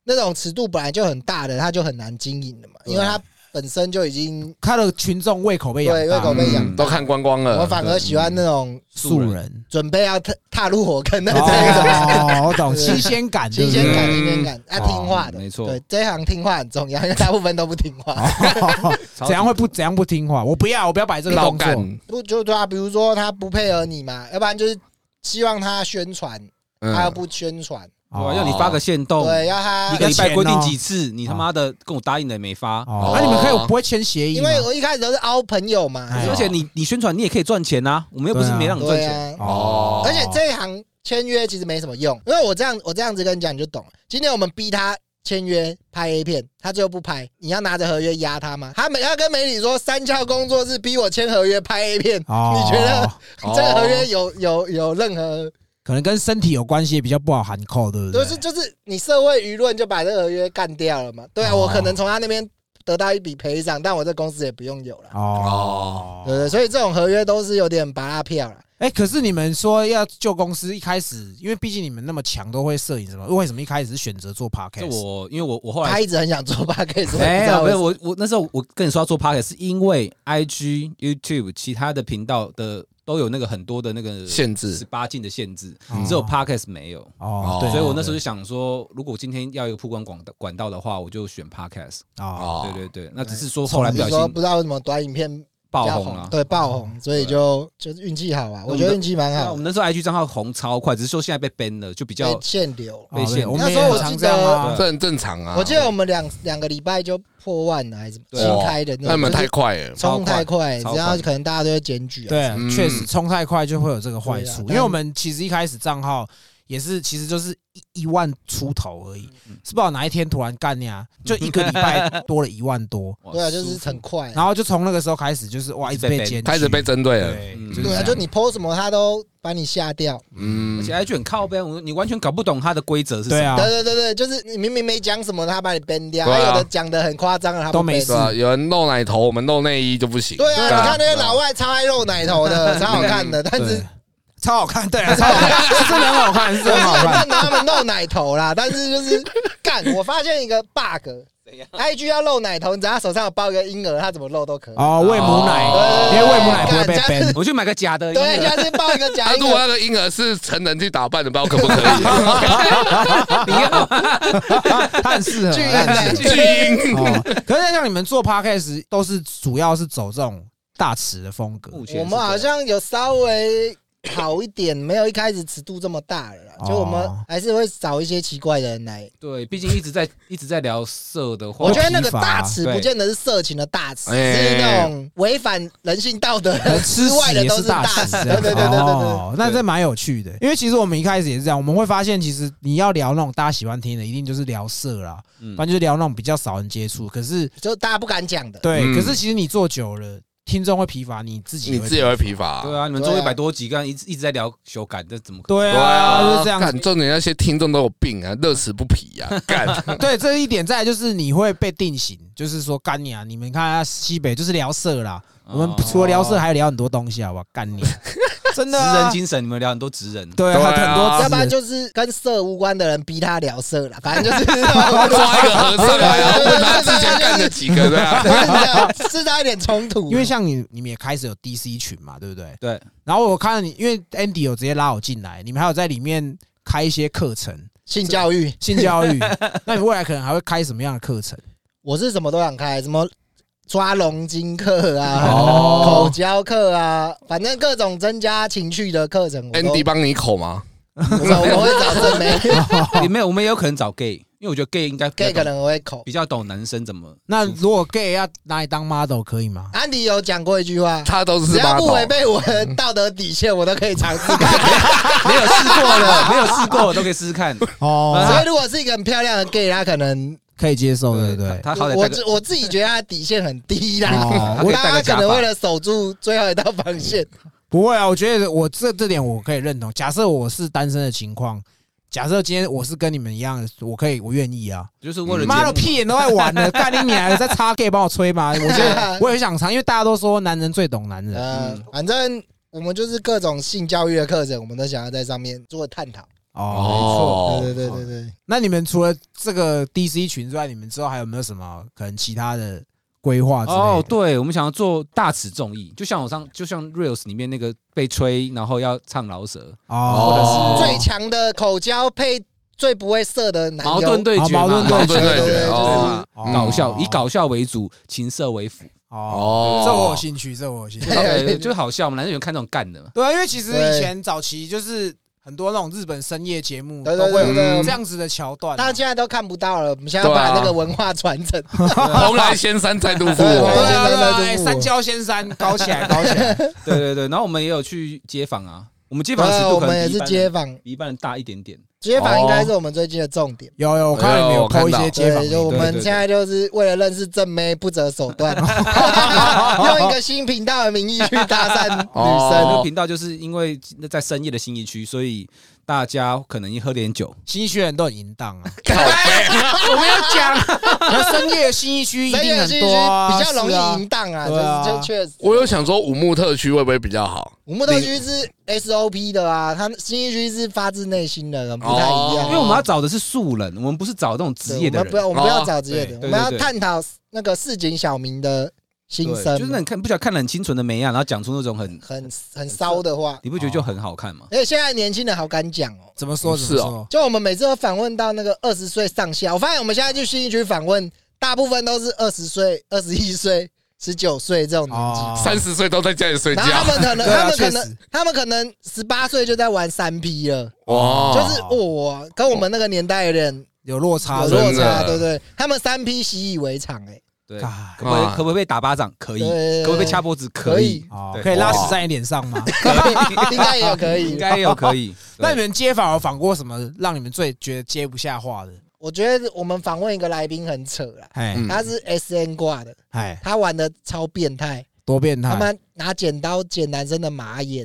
S4: 那种尺度本来就很大的，它就很难经营的嘛，因为它本身就已经
S1: 他的群众胃口被养
S4: 对
S1: 大
S4: 胃口被养
S2: 嗯都看光光
S4: 我
S2: 了。
S4: 反而喜欢那种
S1: 素 人。
S4: 准备要踏踏入火坑的这一种
S1: 哦，我懂，
S4: 对
S1: 新鲜感，
S4: 新鲜感，
S2: 嗯
S4: 新鲜感，啊，
S1: 哦
S4: 听话的，
S3: 没错
S4: 对，这一行听话很重要，因为大部分都不听话，
S1: 对不对
S3: 超级
S1: 怎样会不怎样不听话？我不要，我不要摆这个
S2: 老
S1: 动
S2: 干
S1: 作。，
S4: 不就对啊？比如说他不配合你嘛，要不然就是希望他宣传，他又
S2: 嗯，
S4: 不宣传，
S3: 对啊
S1: 哦
S3: 要你发个限动，
S4: 对，要他
S3: 一个礼拜规定几
S1: 要
S3: 次，你他妈的跟我答应的也没发，
S1: 哦，
S2: 哦
S1: 那你们可以不会签协议
S4: 因
S1: 吗？
S4: 为我一开始都是凹朋友嘛，
S1: 哎呦
S3: 而且你你宣传你也可以赚钱呐，我们又不是没让你赚
S4: 对
S3: 钱，
S4: 啊，
S2: 哦
S4: 而且这一行签约其实没什么用，因为我这样我这样子跟你讲你就懂了。今天我们逼他签约拍 A 片，他最后不拍，你要拿着合约压他吗？他每他跟媒体说三教工作室逼我签合约拍 A 片，
S1: 哦
S4: 你觉得
S2: 哦
S4: 这个合约有有有任何？
S1: 可能跟身体有关系，比较不好含扣，对不对？
S4: 就是就是你社会舆论就把这个合约干掉了嘛？对啊，
S1: 哦
S4: 我可能从他那边得到一笔赔偿，但我这公司也不用有了。
S1: 哦
S4: 对，不对，所以这种合约都是有点拔啊拉票了。
S1: 哎、可是你们说要救公司，一开始因为毕竟你们那么强，都会摄影什么？为什么一开始是选择做
S3: 就
S1: podcast？
S3: 我因为我我后来
S4: 他一直很想做 p a c k a g
S3: 没哎有没有，我我那时候我跟你说要做 p o c a s t 是因为 IG、YouTube 其他的频道的都有那个很多的那个
S2: 限
S3: 十
S2: 制
S3: 八禁的限制
S1: 嗯，
S3: 只有 p o c a s t 没有。
S1: 哦
S2: 哦，
S1: 对，
S3: 所以我那时候就想说，如果我今天要一个曝光管道管道的话，我就选 podcast。
S1: 就哦，
S2: 哦，
S3: 对对对，那只是说后来
S4: 你
S3: 不小
S4: 说
S3: 心
S4: 不知道为什么短影片
S3: 爆
S4: 加
S3: 红了。啊
S4: 对，啊爆红，所以就就是运气好啊，
S3: 我
S4: 我
S3: 们
S4: 觉得
S3: 的
S4: 运气蛮
S3: 那我
S4: 好的，
S3: 们那时候 IG 账号红超快，只是说现在被 ban 了，就比较
S4: 被限流。
S1: 哦
S3: 被限
S1: 我们
S4: 那
S1: 也
S4: 时候
S1: 很
S4: 我
S1: 常
S4: 记
S1: 这样
S4: 得
S1: 啊
S2: 这。很正常啊。
S4: 我记得我们两两个礼拜就破万了，还是什么
S3: 对
S4: 新
S3: 啊
S4: 开的
S2: 那你
S4: 那种，
S2: 们
S4: 就
S2: 太
S4: 是
S2: 快了，
S4: 冲太快，
S3: 超快
S4: 然后可能大家都会检举啊。
S1: 对，
S2: 嗯
S1: 确实冲太快就会有这个坏
S4: 对啊
S1: 处，因
S4: 但
S1: 为我们其实一开始账号也是，其实就是一一万出头而已，是不知道哪一天突然干呀，就一个礼拜多了一万多，
S3: 哇
S4: 对啊，
S3: 舒
S4: 就
S3: 服
S4: 是很快啊。
S1: 然后就从那个时候开始就是哇，一
S3: 一
S1: 直
S3: 直
S1: 被
S3: 被
S1: 检举，
S2: 开始被针对了。
S1: 对，
S3: 嗯
S1: 就是
S4: 对啊，
S1: 这
S4: 就
S1: 样
S4: 你 PO 什么，他都把你吓掉。
S2: 嗯
S3: 而且 IG 很靠背，我你完全搞不懂它的规则是什
S1: 对
S3: 么。
S1: 啊
S4: 对，对对对，就是你明明没讲什么，他把你 ban 掉；
S2: 对啊
S4: 还有的讲的很夸张了，他不
S1: 都没
S4: ban
S1: 事
S2: 对啊，有人露奶头，我们露内衣就不行。
S4: 对啊，你看那
S2: 对
S4: 些
S2: 啊
S4: 老外超爱露奶头
S1: 啊
S4: 的，超好看的，但是
S1: 对超好看，对啊，超好看，是真的很好看，是
S4: 我
S1: 真的很好
S4: 想
S1: 看。
S4: 看他们露奶头啦，但是就是 干，我发现一个 bug。IG 要露奶头，你只要手上有抱一个婴儿，他怎么露都可以。
S1: 哦，喂母奶，
S2: 哦
S1: 因为喂母奶不会被
S4: 干这样
S1: ban。
S3: 我去买个假的，
S4: 对，下次抱一个假
S2: 他
S4: 婴
S2: 啊如果
S4: 儿，
S2: 那个婴儿是成人去打扮的，不知道可不可以？啊
S1: 他很适 合
S4: 巨婴奶
S2: 巨婴，
S1: 哦。可是像你们做 podcast 都是主要是走这种大尺的风格，
S3: 目前
S4: 我
S3: 是
S4: 们好
S3: 这样
S4: 像有稍微好一点，没有一开始尺度这么大了啦。就我们
S1: 哦
S4: 还是会找一些奇怪的人来。
S3: 对，毕竟一直在一直在聊色的话，
S4: 我觉得那个
S1: 疲乏
S4: 大尺
S3: 对
S4: 不见得是色情的大尺，
S2: 哎
S4: 是那种违反人性道德
S1: 可能吃
S4: 之外
S1: 屎
S4: 的
S1: 也
S4: 都
S1: 是大
S4: 大
S1: 尺这
S4: 尺。对
S1: 样，
S4: 对对对对对。
S1: 哦，那这蛮有趣的。因为其实我们一开始也是这样，我们会发现，其实你要聊那种大家喜欢听的，一定就是聊色啦，
S3: 嗯
S4: 嗯
S1: 不然就是聊那种比较少人接触。可是
S4: 就大家不敢讲的。
S1: 对，
S2: 嗯
S1: 可是其实你做久了。听众会疲乏，你自己
S2: 你
S1: 也会
S2: 自己也会疲乏、啊
S3: 对啊，你们做一百多集，刚刚一直一直在聊修改，这怎么可能？
S1: 对
S2: 对
S1: 啊，就是这样
S2: 干
S1: 子。
S2: 重点那些听众都有病啊，乐此不疲啊，干。
S1: 对，这一点再来就是你会被定型，就是说干你啊！你们看啊西北就是聊色啦，我们除了聊色还聊很多东西，好不好？干你啊，真的
S3: 职
S1: 啊
S3: 人精神，你们聊很多职人，
S1: 对
S2: 对
S1: 啊，
S2: 啊
S1: 很多
S4: 要不
S1: 字
S4: 然就是跟色无关的人逼他聊色了，反正就是
S2: 抓一个和尚来，然后问他之前干的几个啊
S4: 对啊
S2: 的，
S4: 就是这样制造一点冲突。
S1: 因为像你你们也开始有 DC 群嘛，对不对？
S3: 对，
S1: 然后我看到你，因为 Andy 有直接拉我进来，你们还有在里面开一些课程，
S4: 性教育，
S1: 性教育。那你未来可能还会开什么样的课程？
S4: 我是什么都想开，什么抓龙筋课啊，
S1: 哦
S4: 口交课啊，反正各种增加情趣的课程我都。
S2: Andy 帮你口吗？
S4: 不是我会找正妹
S3: 也没有，我们也有可能找 gay，因为我觉得 gay 应该比较
S4: ，gay 可
S3: 懂
S4: 能我会口。
S3: 比较懂男生怎么。
S1: 那如果 gay 要拿你当 model 可以吗？
S4: 安迪有讲过一句话，
S2: 他都
S4: 只
S2: 是
S4: 要
S2: 八
S4: 不
S2: 头
S4: 违，背我的道德底线，我都可以尝试看。
S3: 没有试过的，没有试过的都可以试试看。
S1: 哦，
S4: 所以如果是一个很漂亮的 gay，他可能
S1: 可以接受，对不对？
S3: 他他好歹
S4: 我
S3: 戴
S4: 自
S3: 个
S4: 我自己觉得他的底线很低啦。
S1: 哦
S3: 他可以戴
S4: 他
S3: 个
S4: 可
S3: 假
S4: 能为
S3: 发，
S4: 了守住最后一道防线，
S1: 不会啊，我觉得我这这点我可以认同。假设我是单身的情况，假设今天我是跟你们一样，我可以，我愿意啊。
S3: 就是为了
S1: 妈的，
S3: 节目
S1: 屁眼都在玩了，干你娘！在插 gay 帮我吹吗？我觉得我也想尝，因为大家都说男人最懂男人
S4: 呃，反正我们就是各种性教育的课程，我们都想要在上面做探讨。
S1: 哦。
S2: 哦，
S4: 对对对对对，
S1: 那你们除了这个 DC 群之外，你们之后还有没有什么可能其他的规划之类的？
S3: 哦，对，我们想要做大尺众议，就像我上，就像 reels 里面那个被吹，然后要唱饶舌，
S1: 哦，
S4: 最强的口交配最不会射的男
S3: 矛
S4: 优
S3: 盾，对决嘛，
S1: 哦矛盾
S2: 对
S4: 对
S2: 决
S4: 对
S2: 对决
S4: 对，
S2: 哦
S4: 就是
S3: 嘛搞笑，以搞笑为主，情色为辅，
S1: 哦，
S2: 哦，
S1: 这我有兴趣，这我有兴趣。
S3: 对，就是好笑嘛，男生喜欢看这种干的嘛。
S1: 对啊，因为其实
S4: 对
S1: 以前早期就是很多那种日本深夜节目
S4: 对
S1: 都
S4: 对
S1: 会有
S4: 对对
S1: 这，样子的桥段啊、
S4: 大家现在都看不到了，我们现在要把那个文化传承。
S2: 蓬莱仙山再度复
S1: 对
S2: 活，
S1: 啊对啊，
S4: 对
S1: 哎
S4: 对对
S1: 三教仙山搞起 来，搞起来。
S3: 对对对，然后我们也有去街访啊，我们街访尺
S4: 呃，
S3: 度
S4: 我
S3: 可
S4: 们
S3: 能
S4: 也
S3: 比一
S4: 是
S3: 般
S4: 街
S3: 人
S4: 访，
S3: 比一般人大一点点。
S4: 街访应该是我们最近的重点。
S1: 有有，我看到你们有
S2: 我看到
S1: 抛一些哦街访
S4: 对，就我
S1: 影片，
S4: 们现在就是为了认识正妹不择手段，用一个新频道的名义去搭讪
S3: 对，那
S4: 女
S3: 个
S2: 哦
S3: 频道就是因为在深夜的新一区，所以大家可能喝点酒，
S1: 新一区人都很淫荡啊。
S2: 靠北
S1: 我们要讲，那深夜新一区一
S4: 生，所以
S1: 定
S4: 有
S1: 很
S4: 兴趣
S1: 多啊，
S4: 比较容
S1: 是啊
S4: 易淫荡啊，
S1: 对啊
S4: 就是就确实。
S2: 我有想说五木特区会不会比较好？
S4: 五木特区是 SOP 的啊，他新一区是发自内心的，人不太一
S2: 哦
S4: 样。
S3: 因为我们要找的是素人，我们不是找那种
S4: 对
S3: 职业的
S4: 我们不
S3: 人。
S4: 要我们不要找职业
S3: 对
S4: 的，我
S3: 对
S4: 们要
S3: 对对
S4: 探讨那个市井小民的心
S3: 对，
S4: 声，
S3: 就是那你看不晓得看得很清纯的美啊样，然后讲出那种很，
S4: 很很骚的话。
S3: 你不觉得就很好看吗？
S4: 而且现在年轻人好敢讲哦，
S1: 怎么说怎
S2: 是
S1: 么
S2: 哦
S1: 说？
S4: 就我们每次都访问到那个二十岁上下，我发现我们现在去新一区访问，大部分都是二十岁、二十一岁、十九岁这种年纪。
S1: 哦，
S2: 三十岁都在家里睡觉
S4: 然后，他们可能，
S1: 对啊
S4: 他们可
S1: 确实
S4: 能，他们可能十八岁就在玩三 P 了，
S2: 哇，
S4: 就是我跟我们那个年代有点
S1: 有落差
S4: 有
S1: 是不是，
S4: 落
S2: 真
S4: 差，
S2: 的
S4: 对不对？他们三 P 习以为常，哎，
S3: 对，可
S1: 嘎
S3: 不可以可不可以被打巴掌？可以，
S4: 对
S3: 可不可以被掐脖子？
S4: 可以，
S1: 哦，
S3: 对
S1: 可以拉
S2: 哇
S1: 屎在你脸上吗？
S4: 应该也有可
S3: 应
S4: 以。
S3: 该有可 以。
S1: 那你
S3: 对
S1: 们街访有访过什么让你们最觉得接不下话的？
S4: 我觉得我们访问一个来宾很扯啦，
S1: 哎
S2: 嗯
S4: 他是 S N 挂的，
S1: 哎，
S4: 他玩的超变态，
S1: 多变
S4: 他
S1: 态！
S4: 妈拿剪刀剪男生的马眼，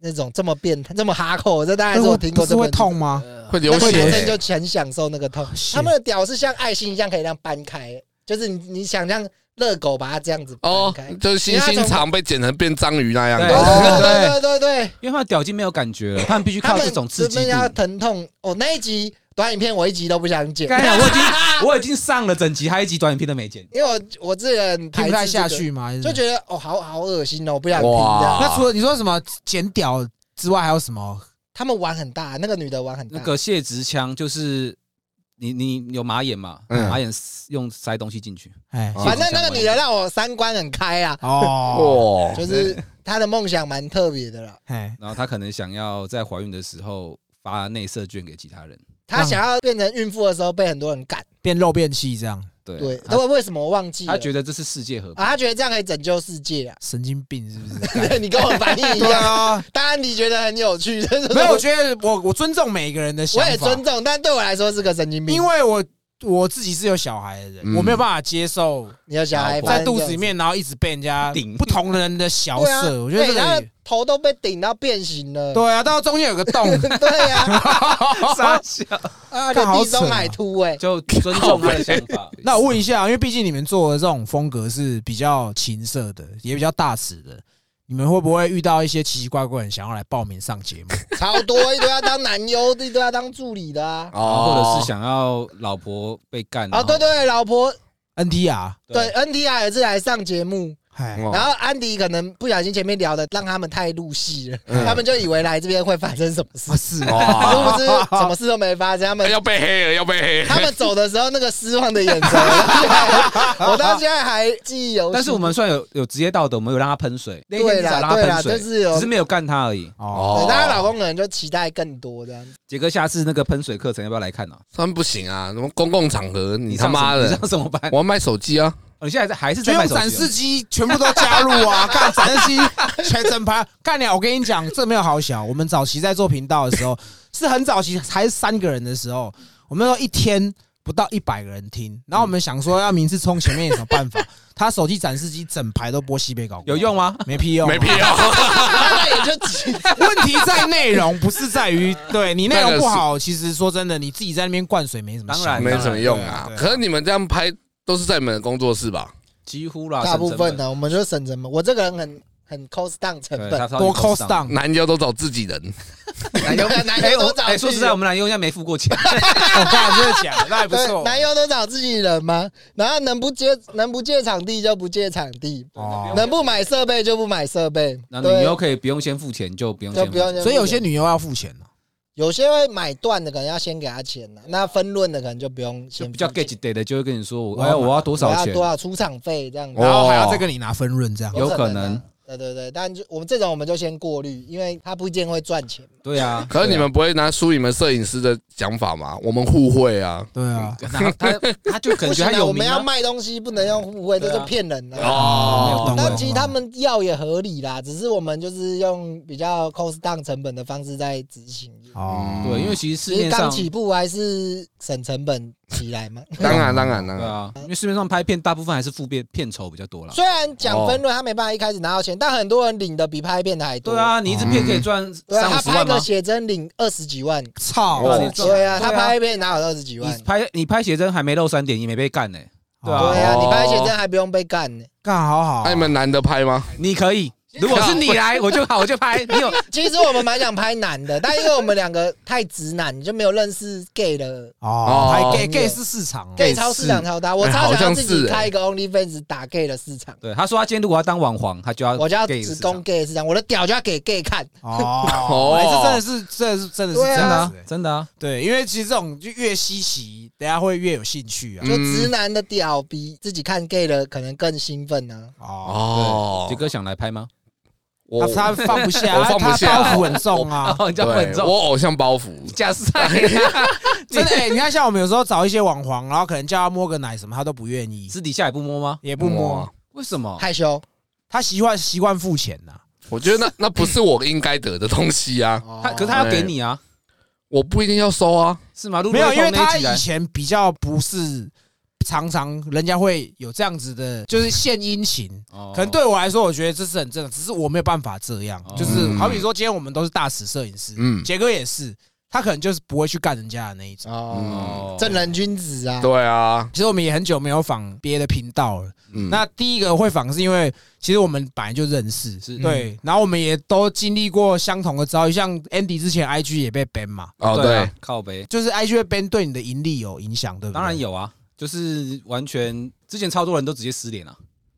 S4: 那种这么变态，这么哈扣，这大概是我听
S1: 不
S4: 过
S1: 是
S4: 这么
S1: 会痛吗？哦
S2: 会
S4: 那
S2: 流
S4: 个男
S2: 血
S4: 生，就很享受那个痛，
S1: 血
S4: 他们的屌是像爱心一样可以让掰开，就是你你想像热狗把它这样子掰
S2: 哦
S4: 开，，
S2: 就是星星肠被剪成变章鱼那样
S4: 对
S3: 对
S2: 的，
S4: 对对对对 对，
S3: 因为他们屌筋没有感觉了，他们必须
S4: 他
S3: 靠
S4: 们
S3: 这种刺激
S4: 真的要
S3: 度。
S4: 疼痛哦。那一集短影片我一集都不想剪，
S3: 刚才我已经我已经上了整集，还有一集短影片都没剪。
S4: 因为我我这个人
S1: 听不
S4: 排斥
S1: 太
S4: 这
S1: 下
S4: 个，
S1: 去吗？还是
S4: 就觉得哦好好恶心哦，我不想听
S2: 哇
S4: 这样。
S1: 那除了你说什么剪屌之外，还有什么？
S4: 他们玩很大，那个女的玩很大，
S3: 那个泄殖腔就是你你有马眼嘛？
S2: 嗯
S3: 马眼用塞东西进去，
S1: 哎，
S2: 哦
S4: 反正那个女的让我三观很开啊，
S1: 哦，
S2: 哇，
S4: 就是她的梦想蛮特别的啦。
S1: 哎，
S3: 然后她可能想要在怀孕的时候发内射券给其他人。
S4: 她想要变成孕妇的时候被很多人赶，
S1: 变肉变细这样，
S3: 对
S4: 对，
S3: 她
S4: 那为什么我忘记了？
S3: 她觉得这是世界和平。
S4: 啊，他觉得这样可以拯救世界 啊！
S1: 神经病是不是？
S4: 对你跟我反应一
S1: 啊对
S4: 样，
S1: 啊，
S4: 当然你觉得很有趣，但是
S1: 没有，我
S4: 我
S1: 觉得我我尊重每一个人的想
S4: 我
S1: 法，
S4: 也尊重，但对我来说是个神经病。
S1: 因为我我自己是有小孩的人，
S3: 嗯
S1: 我没有办法接受
S4: 你的小孩
S3: 老婆
S1: 在肚子里，面，然后一直被人家
S3: 顶
S1: 不同人的小
S4: 反正
S1: 色，
S4: 就
S1: 我觉得
S4: 对啊对
S1: 这
S4: 他
S1: 个
S4: 的头都被顶到变形了。
S1: 对啊，到中间有个洞，
S4: 对呀，
S3: 傻笑，
S4: 啊，
S1: 干好
S4: 地
S1: 扯啊
S4: 中海秃哎，
S3: 就尊重他的想 法。
S1: 那我问一下，因为毕竟你们做的这种风格是比较情色的，也比较大尺的，你们会不会遇到一些奇奇怪怪的人想要来报名上 节目？
S4: 超多一堆要当男优，一堆要当助理的啊。
S2: 哦
S3: 或者是想要老婆被干
S4: 啊，
S3: 然后
S4: 对对，老婆
S1: NTR，
S4: 对 NTR 也是来上节目，
S1: 哎，
S2: 哦
S4: 然后安迪可能不小心前面聊的让他们太入戏了，他们就以为来这边会发生什么事
S1: 不，是哦，
S4: 殊不
S3: 啊
S2: 哇，
S4: 知什么事都没发生。他们
S2: 哎要被黑了，要被黑了。
S4: 他们走的时候那个失望的眼神，我到现在还记忆犹新。
S3: 但是我们算有有职业道德，我们有让他喷水，那天
S4: 对
S3: 至少
S4: 啦
S3: 让他
S4: 对
S3: 喷
S4: 啦，就
S3: 水，
S4: 是有
S3: 只是没有干他而已。
S1: 哦，
S4: 对，但她老公可能就期待更多这样子。
S3: 杰哥，下次那个喷水课程要不要来看呢？
S2: 他们不行啊，什么公共场合，你他
S3: 上什么
S2: 妈
S3: 你
S2: 的，
S3: 上什么班？
S2: 我要卖手机啊！
S3: 哦你现在在还是
S1: 就
S3: 在卖
S1: 用
S3: 手机哦
S1: 展示机全部都加入啊！干展示机全整盘干了，我跟你讲，这没有好小。我们早期在做频道的时候，是很早期，才三个人的时候，我们说一天不到一百个人听，然后我们想说要名次冲前面有什么办法？他手机展示机整排都播西北搞，
S3: 有用？ 吗？
S1: 没屁用，啊
S2: 没必。要，
S4: 那也就几
S1: 问题在内容，不是在于对你内容不好。其实说真的，你自己在那边灌水没什么效。
S3: 当然
S2: 没什么用啊
S1: 对。啊对啊
S2: 可是你们这样拍都是在你们的工作室吧？
S3: 几乎啦，
S4: 大部分啊
S3: 的
S4: 的，我们就省成本。我这个人很很 cost down 成本，
S1: 多 cost down，
S2: 男优都找自己人，
S4: 啊 男优男
S3: 哎，
S4: 优
S3: 我
S4: 都找自
S3: 哎，
S4: 己
S3: 说实在，我们俩应该没付过 钱，
S1: 我靠，真的假的？那还不
S4: 对
S1: 错。
S4: 男优都找自己人吗？然后能不借能不借场地就不借场地，
S1: 哦
S4: 能不买设备就不买设备，
S3: 然后
S4: 对
S3: 你又可以不用先付钱，就不用
S4: 就
S3: 先付
S4: 不用
S3: 钱。
S4: 先付钱。
S1: 所以有些女优要付钱呢。哦
S4: 有些会买断的，可能要先给他钱呢。那分论的可能就不用
S3: 就
S4: 先
S3: 比较
S4: 付钱
S3: get day 的就会跟你说，我
S1: 我要
S3: 哎，我要多
S4: 我
S3: 少
S4: 要
S3: 钱？
S4: 多少出场费这样子
S2: 哦。
S1: 然后还要再跟你拿分润这样。
S3: 有可
S4: 啊
S3: 能。
S4: 对对对，但就我们这种我们就先过滤，因为他不一定会赚钱。
S3: 对 啊，
S2: 可是你们不会拿输你们摄影师的讲法吗？我们互惠啊！
S1: 对啊，
S3: 对啊他他他就可
S4: 不
S3: 能觉
S4: 行
S3: 得他
S4: 啊，
S3: 有
S4: 我们
S3: 名
S4: 要
S3: 啊，
S4: 卖东西不能用互惠，
S3: 对
S4: 这
S3: 啊
S4: 就骗人了。
S2: 哦，
S1: 懂了
S4: 但其实他们要也合理啦，只是我们就是用比较 cost down 成本的方式在执行。
S1: 哦，
S3: 对，因为其实市
S4: 其实
S3: 面上
S4: 刚起步还是省成本起来嘛。
S2: 当然当然当
S3: 对
S2: 然，
S3: 啊，因为市面上拍片大部分还是付片片酬比较多啦。
S4: 虽然讲分论他没办法一开始拿到钱，但很多人领的比拍片的还多。
S3: 对，啊，你一支片可以
S1: 哦
S3: 赚
S4: 对啊，他
S3: 三十
S4: 拍
S3: 万吗
S4: 个？写真领二十几万。
S1: 操，
S2: 哦
S4: 对啊，
S3: 对啊
S4: 他拍片哪有二十几万
S3: 你？拍你拍写真还没露三点一，没被干呢、对啊
S4: 对啊，
S2: 哦
S4: 你拍写真还不用被干呢。
S1: 干好好，
S2: 那你们男的拍吗？
S3: 你可以，如果是你来，我就 好，我就拍。你 有
S4: 其实我们蛮想拍男的，但因为我们两个太直男，你就没有认识 gay 的
S1: 哦，还
S2: 哦
S1: gay gay 是市场哦
S4: gay 超市场超大，我超
S2: 好
S4: 想要
S2: 像
S4: 自己
S2: 是欸
S4: 开一个 OnlyFans 打 gay 的市场，
S3: 对他说，他今天如果要当网红，他就要
S4: 我就要
S3: 呃 gay
S4: 只
S3: 市场
S4: 供 gay 的市场，我的屌就要给 gay 看。
S1: 哦，哎这真的是，真的是，真的是这
S4: 对啊
S3: 真的
S1: 样
S3: 啊
S1: 子欸，
S3: 真的啊，
S1: 对，因为其实这种就越稀奇，大家会越有兴趣啊
S2: 嗯。
S4: 就直男的屌比自己看 gay 的可能更兴奋啊呢、
S1: 哦，
S2: 哦
S3: 杰，哥想来拍吗？
S2: 我
S1: 他他放不下，
S2: 我
S1: 他
S2: 放不下
S1: 他包袱很重啊。
S3: 哦，你叫稳
S2: 对，我
S3: 重，
S2: 偶像包袱，
S3: 假赛啊，
S1: 真 的，哎，你看像我们有时候找一些网黄，然后可能叫他摸个奶什么，他都不愿意，
S3: 私底下也不摸啊吗？
S1: 也不摸，
S3: 为什么？
S4: 害羞。
S1: 他习惯习惯付钱啊呐。
S2: 我觉得那那不是我应该得的东西啊，
S1: 哦
S3: 他可是他要给你啊，
S2: 我不一定要收啊。
S3: 是吗？如果
S1: 没有，因为
S3: 从那
S1: 他
S3: 一集来
S1: 以前比较不是常常人家会有这样子的，就是献殷勤。
S3: 哦
S1: 可能对我来说，我觉得这是很正常，只是我没有办法这样
S3: 哦。
S1: 就是
S2: 嗯
S1: 好比说，今天我们都是大使摄影师，
S2: 嗯，
S1: 杰哥也是，他可能就是不会去干人家的那一种。
S4: 哦，
S3: 哦
S4: 正人君子啊，
S2: 嗯对啊，
S1: 其实我们也很久没有访别的频道了。
S2: 嗯，
S1: 那第一个会访是因为，其实我们本来就认识，
S3: 是嗯
S1: 对，然后我们也都经历过相同的遭遇，像 Andy 之前 IG 也被 ban 嘛，
S2: 哦
S3: 对
S2: 对
S3: 啊，，靠背
S1: 就是 IG 被 ban 对你的盈利有影响，对不对？
S3: 当然有啊，就是完全之前超多人都直接失联啊。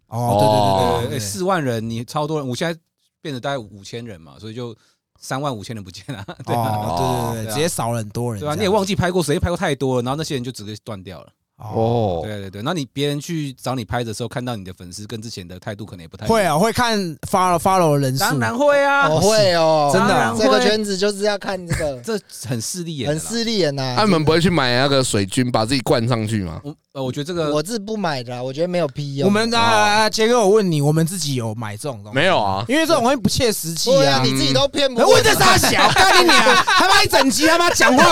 S1: 哦，对对对对对，
S3: 对，四、4万人，你超多人，我现在变得大概五千人嘛，所以就三万五千人不见了，对啊，
S1: 哦，对对对，
S3: 对啊
S1: 直接少了很多人，
S3: 对啊，你也忘
S1: 记
S3: 记拍过谁，拍过太多了，然后那些人就直接断掉了，
S1: 哦，
S2: 哦，
S3: 对对啊对，那你别人去找你拍的时候，看到你的粉丝跟之前的态度可能也不太一样
S1: 会，啊，会看 follow follow 的人数，
S3: 当然会啊，
S4: 我会哦，
S1: 真的啊
S4: 这个圈子就是要看这个，
S3: 这很势利眼的
S4: 很
S3: 啦，
S4: 势利眼啊呐
S2: 那。你们不会去买那个水军，把自己灌上去吗？
S3: 我呃，我觉得这个
S4: 我是不买的啊，我觉得没有屁用。
S1: 我们
S3: 哦
S1: 啊，杰哥，我问你，我们自己有买这种东西？
S2: 没有啊，
S1: 因为这种东西不切实际
S4: 对
S1: 啊
S4: 啊，。你自己都骗不
S1: 那
S4: 了。
S1: 问这傻 小，干你娘！他妈一整集他妈讲 话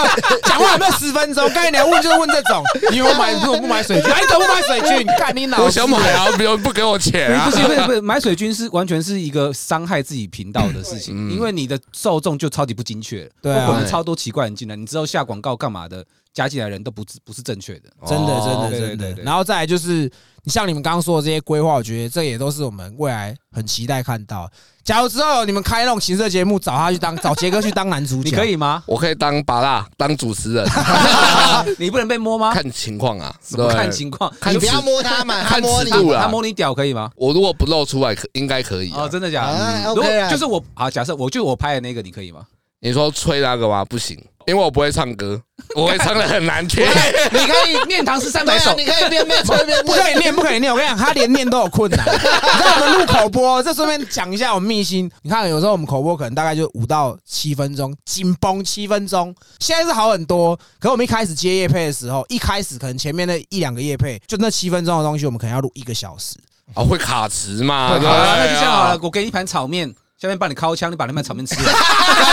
S1: 讲话有没有十分钟？干你娘！问就是问这种，你有买你怎么不买水军？ 哎，你怎么不买水军？干你脑！
S2: 我想买啊，不要不给我钱啊
S3: 不。是不是不是，买水军是完全是一个伤害自己频道的事情，
S2: 嗯
S3: 因为你的受众就超级不精确，
S1: 对
S3: 我
S1: 啊
S3: 们，超多奇怪人进来，你知道下广告干嘛的，加进来的人都不是不是正确的，
S1: 真的真
S2: 哦
S1: 的
S3: 对
S1: 真
S3: 对对
S1: 的。
S3: 对
S1: 然后再来就是，你像你们刚刚说的这些规划，我觉得这也都是我们未来很期待看到的。假如之后你们开那种情色节目，找他去当，找杰哥去当男主角，
S3: 你可以 吗？
S2: 我可以当巴拉当主持人，
S3: 你不能被摸吗？
S2: 看情况啊，
S3: 什么
S2: 对
S3: 看情况？
S2: 看
S4: 你
S2: 尺
S4: 不要摸他嘛，他
S2: 看
S4: 摸
S2: 尺
S4: 你
S2: 度
S3: 他
S2: 啦。
S3: 摸你屌可以吗？
S2: 我如果不露出来，可应该可以啊
S3: 哦，。真的假
S4: 啊
S3: 的？如
S4: ，OK
S3: 果
S4: 啦
S3: 就是我好，假设我就我拍的那个，你 可以吗？
S2: 你说吹那个吗？不行，因为我不会唱歌，我会唱的很难 听。
S3: 你可以念唐诗三
S4: 对
S3: 百
S4: 啊，
S3: 首
S4: 你，可以边边吹边
S1: 不可以念，不可以念！我跟你讲，他连念都有困难。你知道我们录口播，这顺便讲一下我们秘辛。你看，有时候我们口播可能大概就五到七分钟，紧绷七分钟。现在是好很多，可我们一开始接夜配的时候，一开始可能前面那一两个夜配，就那七分钟的东西，我们可能要录一个小时。
S2: 啊，会卡词嘛？
S3: 好
S2: 对
S3: 啦，那就这样好
S2: 啊
S3: 了，，我给你一盘炒面，下面帮你敲枪，你把那盘炒面吃 了。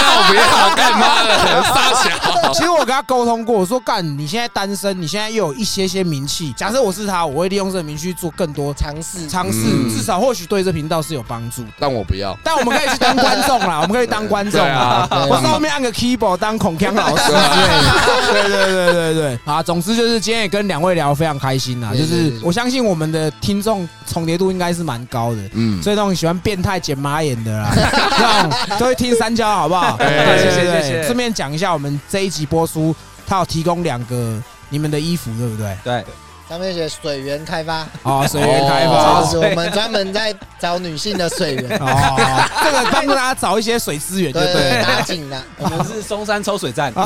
S2: 那我不 要干嘛了？傻小。
S1: 其实我跟他沟通过，我说干，你现在单身，你现在又有一些些名气。假设我是他，我会利用这个名气去做更多
S4: 尝试。
S1: 尝试，
S2: 嗯
S1: 至少或许对这频道是有帮助的。
S2: 但我不要。
S1: 但我们可以去当观众 啦，我们可以当观众啦
S4: 对啊，啊
S1: 我上面按个 keyboard 当孔锵 老师之类的。对对对对对，啊，总之就是今天也跟两位聊得非常开心啦，
S4: 对
S1: 就
S4: 对
S1: 是
S4: 对对
S1: 我相信我们的听众重叠度应该是蛮高的。
S2: 嗯，
S1: 所以那种喜欢变态剪马眼的 啦，这种都会听三焦，好不好？
S2: 哎
S1: 对对对
S3: 谢谢谢谢
S1: 顺便讲一下，我们这一集播出，它有提供两个你们的衣服，对不对？
S3: 对，
S4: 上面写水源开发，
S1: 哦，随缘开发
S4: 这
S1: 哦
S4: 是我们专门在找女性的水源，
S1: 哦，这个帮大家找一些水资源，就
S4: 对
S1: 对了
S4: 对，打井的。
S3: 我们是松山抽 水站。
S1: 好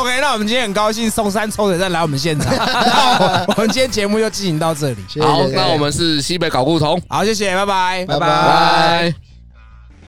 S1: ，OK，那我们今天很高兴松山抽水站来我们现场，那我我们今天节目就进行到这里。
S4: 谢谢
S2: 好，
S4: 谢谢
S2: 那我们是西北搞故同，
S1: 好，谢谢，拜拜。
S4: 拜
S3: 拜
S2: 拜。